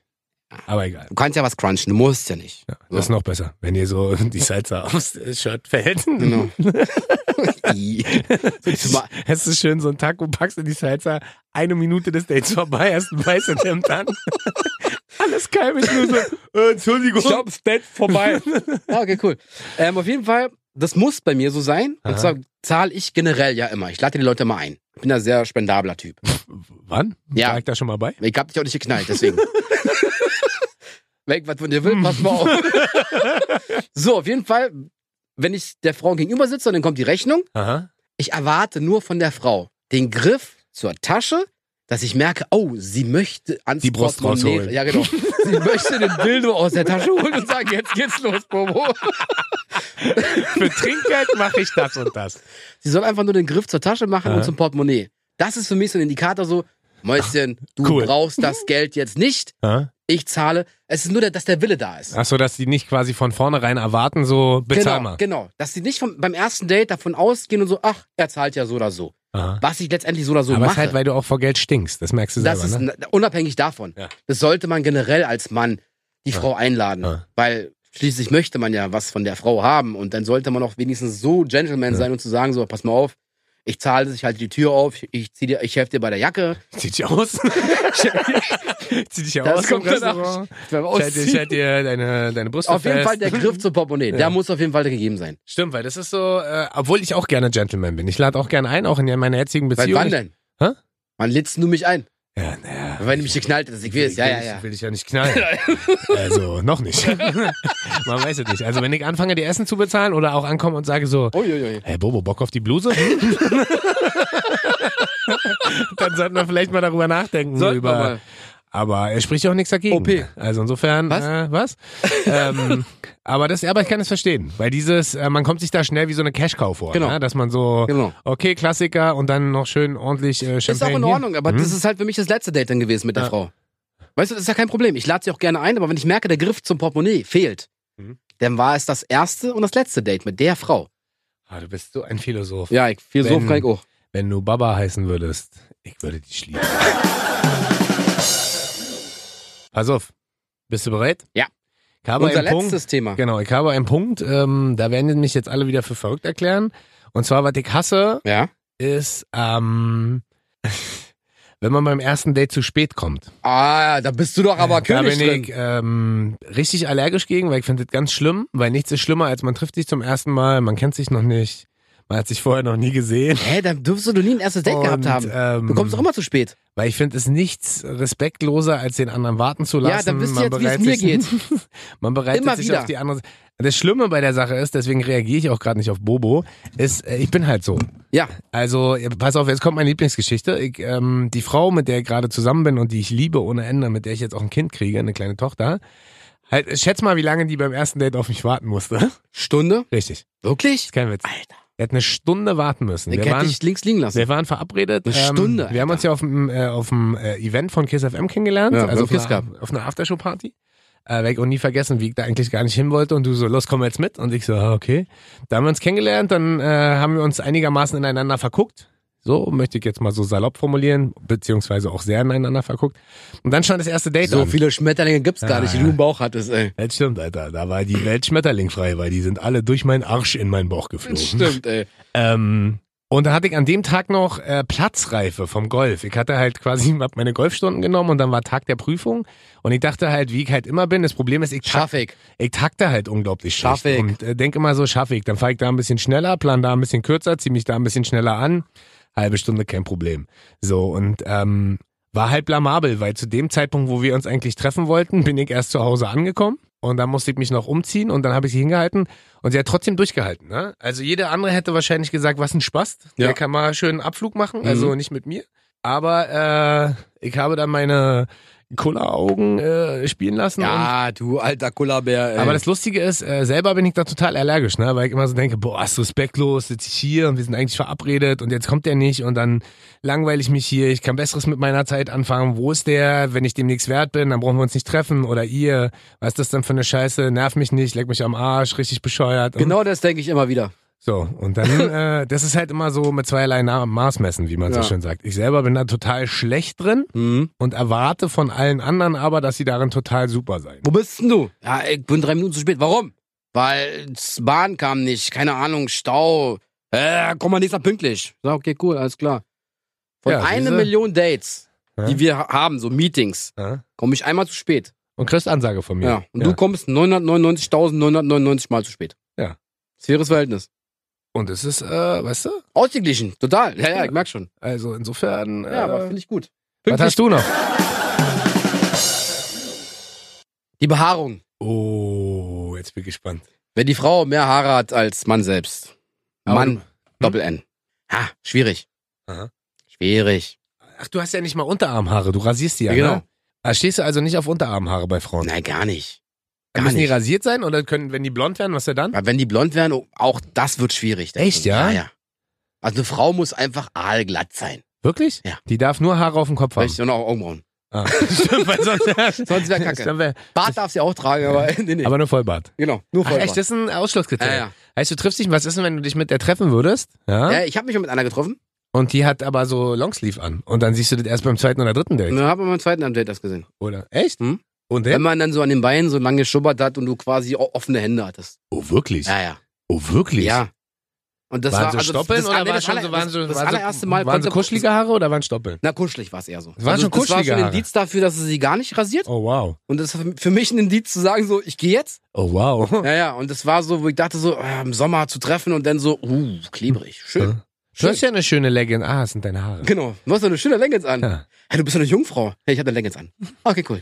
Speaker 2: Aber egal.
Speaker 1: Du kannst ja was crunchen, du musst ja nicht.
Speaker 2: Ja, Das ist noch besser, wenn ihr so (laughs) die Salsa aufs äh, Shirt fällt.
Speaker 1: (laughs)
Speaker 2: (laughs)
Speaker 1: Genau. I. Ma-
Speaker 2: Es ist schön, so ein Taco packst in die Salsa, eine Minute des Dates vorbei, erst ein weißes Hemd (laughs) an. Alles keim, ich nur so, äh, Entschuldigung.
Speaker 1: Stopp,
Speaker 2: Date vorbei.
Speaker 1: Ah, okay, cool. Ähm, auf jeden Fall, das muss bei mir so sein. Und
Speaker 2: Aha.
Speaker 1: zwar zahle ich generell ja immer. Ich lade die Leute mal ein. Ich bin ein sehr spendabler Typ.
Speaker 2: (laughs) Wann?
Speaker 1: Ja.
Speaker 2: War ich da schon mal bei?
Speaker 1: Ich hab dich auch nicht geknallt, deswegen. Wenn ich was von
Speaker 2: (laughs)
Speaker 1: dir will, pass mal auf. so, auf jeden Fall, wenn ich der Frau gegenüber sitze und dann kommt die Rechnung,
Speaker 2: Aha.
Speaker 1: ich erwarte nur von der Frau den Griff zur Tasche, dass ich merke, oh, sie möchte ans
Speaker 2: Die Brust
Speaker 1: Portemonnaie-
Speaker 2: rausholen.
Speaker 1: Ja, genau. Sie möchte den Dildo aus der Tasche holen und sagen, jetzt geht's los, Bobo.
Speaker 2: Für Trinkgeld mache ich das und das.
Speaker 1: Sie soll einfach nur den Griff zur Tasche machen
Speaker 2: Aha.
Speaker 1: und zum Portemonnaie. Das ist für mich so ein Indikator so, Mäuschen, du
Speaker 2: Ah, Cool.
Speaker 1: brauchst das Geld jetzt nicht.
Speaker 2: Aha.
Speaker 1: ich zahle. Es ist nur, der, dass der Wille da ist.
Speaker 2: Ach so, dass die nicht quasi von vornherein erwarten, so
Speaker 1: genau,
Speaker 2: bezahl mal.
Speaker 1: genau. Dass sie nicht vom, beim ersten Date davon ausgehen und so, ach, er zahlt ja so oder so.
Speaker 2: Aha.
Speaker 1: Was ich letztendlich so oder so
Speaker 2: Aber es
Speaker 1: mache.
Speaker 2: ist halt, weil du auch vor Geld stinkst. Das merkst du
Speaker 1: das
Speaker 2: selber,
Speaker 1: ist
Speaker 2: ne?
Speaker 1: n- unabhängig davon.
Speaker 2: Ja.
Speaker 1: Das sollte man generell als Mann die
Speaker 2: Ja.
Speaker 1: Frau einladen.
Speaker 2: Ja.
Speaker 1: Weil schließlich möchte man ja was von der Frau haben. Und dann sollte man auch wenigstens so Gentleman
Speaker 2: Ja.
Speaker 1: sein und zu sagen, so, pass mal auf. Ich zahle das, ich halte die Tür auf, ich- ich, zieh dir, ich helfe dir bei der Jacke.
Speaker 2: Zieh
Speaker 1: (laughs)
Speaker 2: dich aus. Zieh dich
Speaker 1: Das
Speaker 2: aus. vom
Speaker 1: kommt dann
Speaker 2: Restaurant.
Speaker 1: Beim
Speaker 2: Schalt dir,
Speaker 1: Ausziehen.
Speaker 2: schalt dir deine, deine Brust
Speaker 1: Auf jeden
Speaker 2: fest.
Speaker 1: Fall der Griff zum Portemonnaie,
Speaker 2: Ja.
Speaker 1: der muss auf jeden Fall gegeben sein.
Speaker 2: Stimmt, weil das ist so, äh, obwohl ich auch gerne Gentleman bin. Ich lade auch gerne ein, auch in meiner jetzigen
Speaker 1: Seit
Speaker 2: Beziehung.
Speaker 1: wann denn?
Speaker 2: Hä?
Speaker 1: Wann lädst du mich ein?
Speaker 2: Ja, naja.
Speaker 1: Wenn du mich geknallt hast, ich will es, ja, ja, ja.
Speaker 2: Will ich ja nicht
Speaker 1: (laughs)
Speaker 2: knallen. also, noch nicht. Man weiß es nicht. Also, wenn ich anfange, dir Essen zu bezahlen oder auch ankomme und sage so,
Speaker 1: Uiuiui. (laughs)
Speaker 2: hey Bobo, Bock auf die Bluse? Hm? (laughs) dann sollten wir vielleicht mal darüber nachdenken.
Speaker 1: Sollten wir
Speaker 2: über,
Speaker 1: mal.
Speaker 2: Aber er spricht ja auch nichts dagegen.
Speaker 1: OP.
Speaker 2: Also insofern,
Speaker 1: Was? (laughs)
Speaker 2: Äh, was? ähm, aber, das, aber ich kann es verstehen, weil dieses, äh, man kommt sich da schnell wie so eine Cash-Cow vor,
Speaker 1: Genau.
Speaker 2: ne? dass man so,
Speaker 1: Genau.
Speaker 2: okay, Klassiker und dann noch schön ordentlich äh, Champagne.
Speaker 1: Ist auch in
Speaker 2: hier.
Speaker 1: Ordnung, aber das ist halt für mich das letzte Date dann gewesen mit der
Speaker 2: Ja.
Speaker 1: Frau. Weißt du, das ist ja kein Problem. Ich lade sie auch gerne ein, aber wenn ich merke, der Griff zum Portemonnaie fehlt,
Speaker 2: Mhm.
Speaker 1: dann war es das erste und das letzte Date mit der Frau.
Speaker 2: Ah, du bist so ein Philosoph.
Speaker 1: Ja, ich,
Speaker 2: Wenn-
Speaker 1: Philosoph kann ich auch.
Speaker 2: Wenn du Baba heißen würdest, ich würde
Speaker 1: (laughs)
Speaker 2: dich lieben. Pass auf, bist du bereit?
Speaker 1: Ja.
Speaker 2: Ich habe
Speaker 1: Unser
Speaker 2: einen Punkt.
Speaker 1: letztes Thema.
Speaker 2: Genau, ich habe einen Punkt, ähm, da werden mich jetzt alle wieder für verrückt erklären. Und zwar, was ich hasse,
Speaker 1: Ja.
Speaker 2: ist, ähm, (laughs) wenn man beim ersten Date zu spät kommt.
Speaker 1: Ah, da bist du doch aber König
Speaker 2: da bin
Speaker 1: drin.
Speaker 2: ich ähm, richtig allergisch gegen, weil ich finde das ganz schlimm, weil nichts ist schlimmer, als man trifft sich zum ersten Mal, man kennt sich noch nicht, man hat sich vorher noch nie gesehen.
Speaker 1: Hä, dann dürfst du doch nie ein erstes Date gehabt
Speaker 2: Und,
Speaker 1: haben.
Speaker 2: ähm,
Speaker 1: Du kommst doch immer zu spät.
Speaker 2: Weil ich finde es nichts respektloser, als den anderen warten zu lassen.
Speaker 1: Ja, dann wisst ihr jetzt,
Speaker 2: Man
Speaker 1: wie es
Speaker 2: bereitet
Speaker 1: mir
Speaker 2: sich-
Speaker 1: geht.
Speaker 2: (laughs) Man bereitet
Speaker 1: Immer
Speaker 2: sich
Speaker 1: wieder.
Speaker 2: auf die andere Das Schlimme bei der Sache ist, deswegen reagiere ich auch gerade nicht auf Bobo, ist, äh, ich bin halt so.
Speaker 1: Ja,
Speaker 2: Also, äh, pass auf, jetzt kommt meine Lieblingsgeschichte. Ich, ähm, die Frau, mit der ich gerade zusammen bin und die ich liebe ohne Ende, mit der ich jetzt auch ein Kind kriege, eine kleine Tochter, halt, äh, schätz mal, wie lange die beim ersten Date auf mich warten musste. (laughs)
Speaker 1: Stunde.
Speaker 2: Richtig,
Speaker 1: Wirklich?
Speaker 2: ist kein Witz.
Speaker 1: Alter,
Speaker 2: Er hat eine Stunde warten müssen.
Speaker 1: ich
Speaker 2: Wir
Speaker 1: hätte
Speaker 2: waren,
Speaker 1: dich links liegen lassen.
Speaker 2: wir waren verabredet. ähm,
Speaker 1: Eine Stunde,
Speaker 2: Wir haben uns ja auf dem, äh, auf dem äh, Event von Kiss FM kennengelernt.
Speaker 1: Ja,
Speaker 2: also
Speaker 1: beim
Speaker 2: auf
Speaker 1: Kiss
Speaker 2: einer, auf einer Aftershow-Party. Äh, weg und nie vergessen, wie ich da eigentlich gar nicht hin wollte. Und du so, los, komm jetzt mit. Und ich so, ah, okay. Da haben wir uns kennengelernt, dann äh, haben wir uns einigermaßen ineinander verguckt. So möchte ich jetzt mal so salopp formulieren, beziehungsweise auch sehr ineinander verguckt. Und dann stand das erste Date
Speaker 1: So
Speaker 2: an.
Speaker 1: viele Schmetterlinge gibt's gar
Speaker 2: Ja,
Speaker 1: nicht, die
Speaker 2: ja.
Speaker 1: du im Bauch hattest, ey.
Speaker 2: Das stimmt, Alter. Da war die Welt schmetterlingfrei, weil die sind alle durch meinen Arsch in meinen Bauch geflogen.
Speaker 1: Stimmt, ey.
Speaker 2: Ähm, und da hatte ich an dem Tag noch äh, Platzreife vom Golf. Ich hatte halt quasi hab meine Golfstunden genommen und dann war Tag der Prüfung. Und ich dachte halt, wie ich halt immer bin, das Problem ist, ich, tak,
Speaker 1: Schaff ich.
Speaker 2: ich takte halt unglaublich schlecht.
Speaker 1: Schaff ich.
Speaker 2: Und äh, denk immer so, schaffe ich. Dann fahre ich da ein bisschen schneller, plan da ein bisschen kürzer, zieh mich da ein bisschen schneller an. Halbe Stunde, kein Problem. So, und ähm, war halt blamabel, weil zu dem Zeitpunkt, wo wir uns eigentlich treffen wollten, bin ich erst zu Hause angekommen. Und dann musste ich mich noch umziehen und dann habe ich sie hingehalten und sie hat trotzdem durchgehalten. Ne? Also jeder andere hätte wahrscheinlich gesagt, was ein Spaß,
Speaker 1: Ja. Mhm.
Speaker 2: der kann mal schön einen Abflug machen, also nicht mit mir. Aber äh, ich habe dann meine Kulleraugen äh, spielen lassen und
Speaker 1: Ja, du alter Kullerbär, ey.
Speaker 2: aber das Lustige ist, äh, selber bin ich da total allergisch, ne? weil ich immer so denke, boah, ist respektlos, sitze ich hier und wir sind eigentlich verabredet und jetzt kommt der nicht und dann langweile ich mich hier, ich kann Besseres mit meiner Zeit anfangen, wo ist der, wenn ich dem nichts wert bin, dann brauchen wir uns nicht treffen oder ihr, was ist das denn für eine Scheiße, nerv mich nicht, leck mich am Arsch, richtig bescheuert. Und
Speaker 1: genau das denke ich immer wieder.
Speaker 2: so,
Speaker 1: (laughs)
Speaker 2: und dann, äh, das ist halt immer so mit zweierlei Na- Maß messen, wie man
Speaker 1: Ja.
Speaker 2: so schön sagt. Ich selber bin da total schlecht drin
Speaker 1: Hm.
Speaker 2: und erwarte von allen anderen aber, dass sie darin total super sein.
Speaker 1: Wo bist denn du? Ja, ich bin drei Minuten zu spät. Warum? Weil das Bahn kam nicht, keine Ahnung, Stau. Äh, komm mal nächstes Mal pünktlich. Sag, okay, cool, alles klar. Von
Speaker 2: Ja,
Speaker 1: einer
Speaker 2: siehste.
Speaker 1: Million Dates,
Speaker 2: Ja.
Speaker 1: die wir ha- haben, so Meetings,
Speaker 2: Ja?
Speaker 1: komme ich einmal zu spät.
Speaker 2: Und kriegst Ansage von mir.
Speaker 1: Ja. Und du kommst 999.999 Mal zu spät.
Speaker 2: Ja.
Speaker 1: Faires Verhältnis.
Speaker 2: Und es ist, äh, weißt du,
Speaker 1: Ausgeglichen, total. Ja, ja, ich merk schon.
Speaker 2: also insofern. Äh,
Speaker 1: Ja, aber finde ich gut.
Speaker 2: was hast du noch?
Speaker 1: Die Behaarung.
Speaker 2: Oh, jetzt bin ich gespannt.
Speaker 1: Wenn die Frau mehr Haare hat als Mann selbst.
Speaker 2: Aber
Speaker 1: Mann,
Speaker 2: du-
Speaker 1: Doppel N. Ha, schwierig.
Speaker 2: Aha.
Speaker 1: Schwierig.
Speaker 2: Ach, du hast ja nicht mal Unterarmhaare, du rasierst die ja.
Speaker 1: Genau.
Speaker 2: Ne? Ah, stehst du also nicht auf Unterarmhaare bei Frauen?
Speaker 1: Nein, gar nicht. Gar
Speaker 2: Müssen die
Speaker 1: nicht.
Speaker 2: rasiert sein oder können, wenn die blond werden, was denn dann?
Speaker 1: Aber wenn die blond wären, oh, auch das wird schwierig. denke
Speaker 2: Echt,
Speaker 1: ich.
Speaker 2: ja?
Speaker 1: Ja, ja. Also eine Frau muss einfach aalglatt sein.
Speaker 2: Wirklich?
Speaker 1: Ja.
Speaker 2: Die darf nur Haare auf dem Kopf haben.
Speaker 1: Richtig, und auch Augenbrauen.
Speaker 2: Ah. (laughs) Stimmt, weil sonst,
Speaker 1: Sonst (laughs) wäre Kacke.
Speaker 2: Stimmt, wär-
Speaker 1: Bart darf sie auch tragen, aber (laughs) nee, nee.
Speaker 2: Aber nur Vollbart.
Speaker 1: genau, nur
Speaker 2: Ach,
Speaker 1: voll.
Speaker 2: echt, das ist ein Ausschlusskriterium.
Speaker 1: Ja, ja.
Speaker 2: Heißt, du triffst dich, was ist denn, wenn du dich mit der treffen würdest? Ja.
Speaker 1: ja, ich habe mich schon mit einer getroffen.
Speaker 2: Und die hat aber so Longsleeve an. Und dann siehst du das erst beim zweiten oder dritten Date.
Speaker 1: Und dann haben wir beim zweiten Update das gesehen.
Speaker 2: Oder? Echt?
Speaker 1: Hm?
Speaker 2: Und
Speaker 1: Wenn
Speaker 2: der?
Speaker 1: man dann so an den Beinen so lange geschubbert hat und du quasi o- offene Hände hattest.
Speaker 2: Oh, wirklich?
Speaker 1: Ja, ja.
Speaker 2: Oh, wirklich?
Speaker 1: Ja. Und das
Speaker 2: waren
Speaker 1: war
Speaker 2: so
Speaker 1: also
Speaker 2: Stoppeln
Speaker 1: das, das,
Speaker 2: oder
Speaker 1: nee,
Speaker 2: war
Speaker 1: das
Speaker 2: schon
Speaker 1: aller-
Speaker 2: so, waren so,
Speaker 1: das, das
Speaker 2: waren so,
Speaker 1: allererste Mal
Speaker 2: waren so
Speaker 1: konnte-
Speaker 2: kuschelige Haare oder waren Stoppeln?
Speaker 1: Na, kuschelig war es eher so. Also
Speaker 2: Es waren schon
Speaker 1: das war
Speaker 2: kuschelige
Speaker 1: schon ein
Speaker 2: Haare.
Speaker 1: Indiz dafür, dass sie sie gar nicht rasiert.
Speaker 2: Oh wow.
Speaker 1: Und das war für mich ein Indiz zu sagen, so, ich gehe jetzt.
Speaker 2: Oh wow.
Speaker 1: Ja, ja, und das war so, wo ich dachte, so äh, im Sommer zu treffen und dann so, uh, klebrig.
Speaker 2: Hm.
Speaker 1: Schön.
Speaker 2: Du
Speaker 1: Schön.
Speaker 2: hast ja eine schöne Legging. Ah, es sind deine Haare.
Speaker 1: Genau. Du hast doch eine schöne Leggings an.
Speaker 2: Ja.
Speaker 1: Hey, du bist doch eine Jungfrau. Hey, ich hatte eine Leggings an. Okay, cool.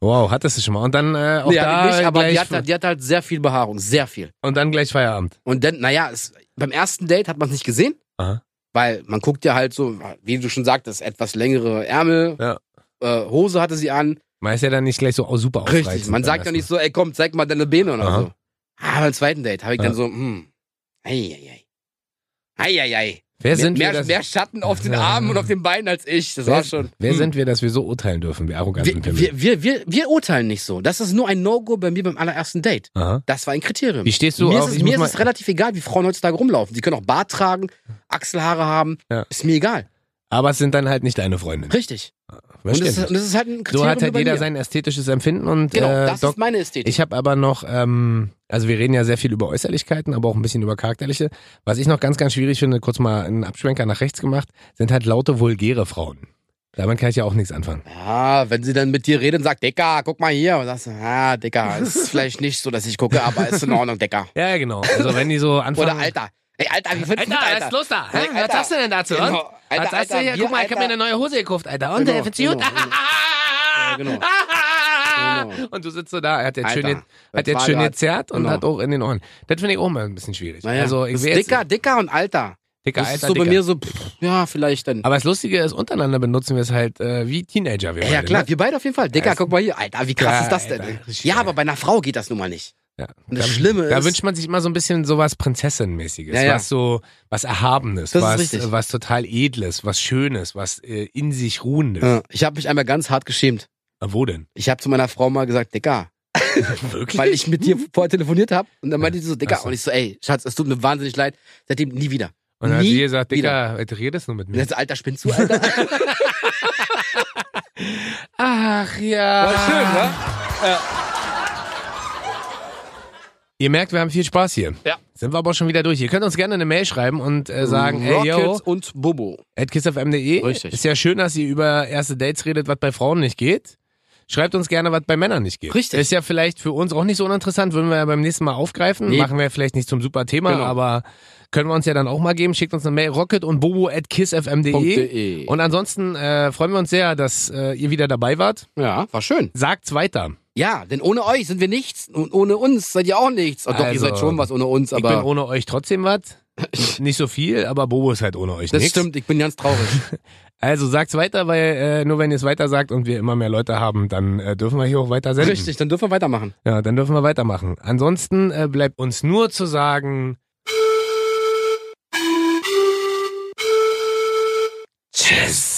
Speaker 2: Wow, hattest du schon mal. Und dann äh, auch
Speaker 1: Nee,
Speaker 2: da
Speaker 1: hatte ich nicht, aber die
Speaker 2: gleich,
Speaker 1: hat, halt- die hat halt sehr viel Behaarung. Sehr viel.
Speaker 2: und dann gleich Feierabend.
Speaker 1: Und dann, naja, es, beim ersten Date hat man es nicht gesehen.
Speaker 2: Aha.
Speaker 1: Weil man guckt ja halt so, wie du schon sagtest, etwas längere Ärmel.
Speaker 2: Ja.
Speaker 1: Äh, Hose hatte sie an.
Speaker 2: Man ist ja dann nicht gleich so au- super
Speaker 1: Richtig.
Speaker 2: ausreichend.
Speaker 1: Man sagt ja nicht so, ey komm, zeig mal deine Beine oder
Speaker 2: Aha.
Speaker 1: so. Ah, beim zweiten Date habe ich dann
Speaker 2: Ja.
Speaker 1: so, hm, ei, ei, ei. Ei, ei,
Speaker 2: Wer
Speaker 1: ei.
Speaker 2: sind wir,
Speaker 1: Mehr,
Speaker 2: dass,
Speaker 1: mehr Schatten auf den Armen und auf den Beinen als ich. Das war
Speaker 2: wer,
Speaker 1: schon.
Speaker 2: wer
Speaker 1: hm.
Speaker 2: sind wir, dass wir so urteilen dürfen, wir arroganten
Speaker 1: wir,
Speaker 2: Pimmel?
Speaker 1: wir, wir, wir, wir urteilen nicht so. Das ist nur ein No-Go bei mir beim allerersten Date.
Speaker 2: Aha.
Speaker 1: Das war ein Kriterium.
Speaker 2: Wie stehst du
Speaker 1: mir
Speaker 2: auf?
Speaker 1: ist,
Speaker 2: ich
Speaker 1: es, mir ist
Speaker 2: muss
Speaker 1: es relativ egal, wie Frauen heutzutage rumlaufen. Sie können auch Bart tragen, Achselhaare haben.
Speaker 2: Ja.
Speaker 1: Ist mir egal.
Speaker 2: aber es sind dann halt nicht deine Freundinnen.
Speaker 1: Richtig. Und das,
Speaker 2: Verständlich.
Speaker 1: ist, und das ist halt ein Kriterium.
Speaker 2: So hat halt
Speaker 1: bei
Speaker 2: jeder
Speaker 1: mir.
Speaker 2: sein ästhetisches Empfinden und
Speaker 1: Genau,
Speaker 2: äh,
Speaker 1: das
Speaker 2: Doc,
Speaker 1: ist meine Ästhetik.
Speaker 2: ich habe aber noch, ähm, also wir reden ja sehr viel über Äußerlichkeiten, aber auch ein bisschen über charakterliche. Was ich noch ganz, ganz schwierig finde, kurz mal einen Abschwenker nach rechts gemacht, sind halt laute, vulgäre Frauen. Damit kann ich ja auch nichts anfangen.
Speaker 1: ja, wenn sie dann mit dir reden und sagt, Dicker, guck mal hier. Und sagst du, ah, Dicker,
Speaker 2: (laughs)
Speaker 1: ist vielleicht nicht so, dass ich gucke, aber ist in Ordnung, Dicker.
Speaker 2: Ja, ja, genau. Also wenn die so anfangen.
Speaker 1: Oder Alter. Ey, Alter, wie findest du
Speaker 2: Alter,
Speaker 1: das,
Speaker 2: was ist los da? Hä?
Speaker 1: Alter.
Speaker 2: Was sagst du denn dazu?
Speaker 1: Genau.
Speaker 2: und?
Speaker 1: Alter,
Speaker 2: was sagst
Speaker 1: Alter,
Speaker 2: du hier?
Speaker 1: wir,
Speaker 2: Guck mal, ich habe mir
Speaker 1: Alter.
Speaker 2: eine neue Hose gekauft, Alter. Und,
Speaker 1: Genau,
Speaker 2: äh, findest du gut?
Speaker 1: genau,
Speaker 2: (laughs)
Speaker 1: genau. Ja, genau. Genau.
Speaker 2: Und du sitzt so da, er hat jetzt
Speaker 1: Alter,
Speaker 2: schön, ge-
Speaker 1: das
Speaker 2: hat jetzt
Speaker 1: war
Speaker 2: schön
Speaker 1: grad-
Speaker 2: gezerrt und
Speaker 1: genau.
Speaker 2: hat auch in den Ohren. Das finde ich auch mal ein bisschen schwierig.
Speaker 1: Naja,
Speaker 2: also, ich
Speaker 1: das
Speaker 2: will jetzt,
Speaker 1: Dicker, Dicker und Alter.
Speaker 2: dicker,
Speaker 1: das ist
Speaker 2: alter,
Speaker 1: so
Speaker 2: dicker.
Speaker 1: bei mir so, pff, ja, vielleicht dann.
Speaker 2: Aber das Lustige ist, untereinander benutzen wir es halt äh, wie Teenager. Wir
Speaker 1: Ja, ja,
Speaker 2: beide,
Speaker 1: klar,
Speaker 2: Ne?
Speaker 1: wir beide auf jeden Fall. Dicker,
Speaker 2: Ja,
Speaker 1: guck mal hier. Alter, wie krass
Speaker 2: Ja,
Speaker 1: ist das denn?
Speaker 2: Alter, richtig
Speaker 1: ja,
Speaker 2: geil.
Speaker 1: aber bei einer Frau geht das nun mal nicht.
Speaker 2: Ja.
Speaker 1: Und das Schlimme
Speaker 2: Da
Speaker 1: ist-
Speaker 2: wünscht man sich immer so ein bisschen sowas Prinzessin-mäßiges,
Speaker 1: Ja, ja.
Speaker 2: was so, was Erhabenes,
Speaker 1: Das ist
Speaker 2: was,
Speaker 1: richtig.
Speaker 2: äh, was total Edles, was Schönes, was äh, in sich Ruhendes.
Speaker 1: Ja, Ich habe mich einmal ganz hart geschämt.
Speaker 2: Äh, Wo denn?
Speaker 1: Ich habe zu meiner Frau mal gesagt, Dicker,
Speaker 2: Wirklich?
Speaker 1: weil ich
Speaker 2: (laughs)
Speaker 1: mit dir vorher telefoniert habe. Und dann meinte
Speaker 2: Ja,
Speaker 1: sie so, Dicker.
Speaker 2: ach so.
Speaker 1: Und ich so, ey, Schatz, es tut mir wahnsinnig leid. Seitdem nie wieder.
Speaker 2: Und dann hat
Speaker 1: nie
Speaker 2: sie gesagt,
Speaker 1: wieder.
Speaker 2: Digga, was redest du mit
Speaker 1: Und
Speaker 2: mir?
Speaker 1: jetzt, Alter, spinnst du,
Speaker 2: (laughs)
Speaker 1: Alter?
Speaker 2: Ach ja. ne? Ihr merkt, wir haben viel Spaß hier.
Speaker 1: Ja.
Speaker 2: Sind wir aber auch schon wieder durch. Ihr könnt uns gerne eine Mail schreiben und äh,
Speaker 1: Mm,
Speaker 2: sagen, ey, yo,
Speaker 1: Rockets und Bobo.
Speaker 2: at kissfm.de.
Speaker 1: Richtig.
Speaker 2: Ist ja schön, dass ihr über erste Dates redet, was bei Frauen nicht geht. Schreibt uns gerne, was bei Männern nicht geht.
Speaker 1: Richtig.
Speaker 2: Ist ja vielleicht für uns auch nicht so uninteressant, würden wir ja beim nächsten Mal aufgreifen.
Speaker 1: Nee.
Speaker 2: Machen wir vielleicht nicht zum super Thema,
Speaker 1: Genau.
Speaker 2: aber können wir uns ja dann auch mal geben. Schickt uns eine Mail, rocket und bobo at kissfm.de.
Speaker 1: .de.
Speaker 2: Und ansonsten äh, freuen wir uns sehr, dass äh, ihr wieder dabei wart.
Speaker 1: Ja, war schön.
Speaker 2: Sagt's weiter.
Speaker 1: Ja, denn ohne euch sind wir nichts. Und ohne uns seid ihr auch nichts. Oh, doch, ihr
Speaker 2: Also,
Speaker 1: seid schon was ohne uns,
Speaker 2: Ich bin
Speaker 1: aber.
Speaker 2: ohne euch trotzdem
Speaker 1: (laughs)
Speaker 2: was. Nicht so viel, aber Bobo ist halt ohne euch
Speaker 1: Das
Speaker 2: nichts.
Speaker 1: stimmt, ich bin ganz
Speaker 2: (laughs)
Speaker 1: traurig.
Speaker 2: Also sagt's weiter, weil äh, nur wenn ihr es weiter sagt und wir immer mehr Leute haben, dann äh, dürfen wir hier auch weiter senden.
Speaker 1: Richtig, dann dürfen wir weitermachen.
Speaker 2: Ja, dann dürfen wir weitermachen. Ansonsten äh, bleibt uns nur zu sagen, tschüss.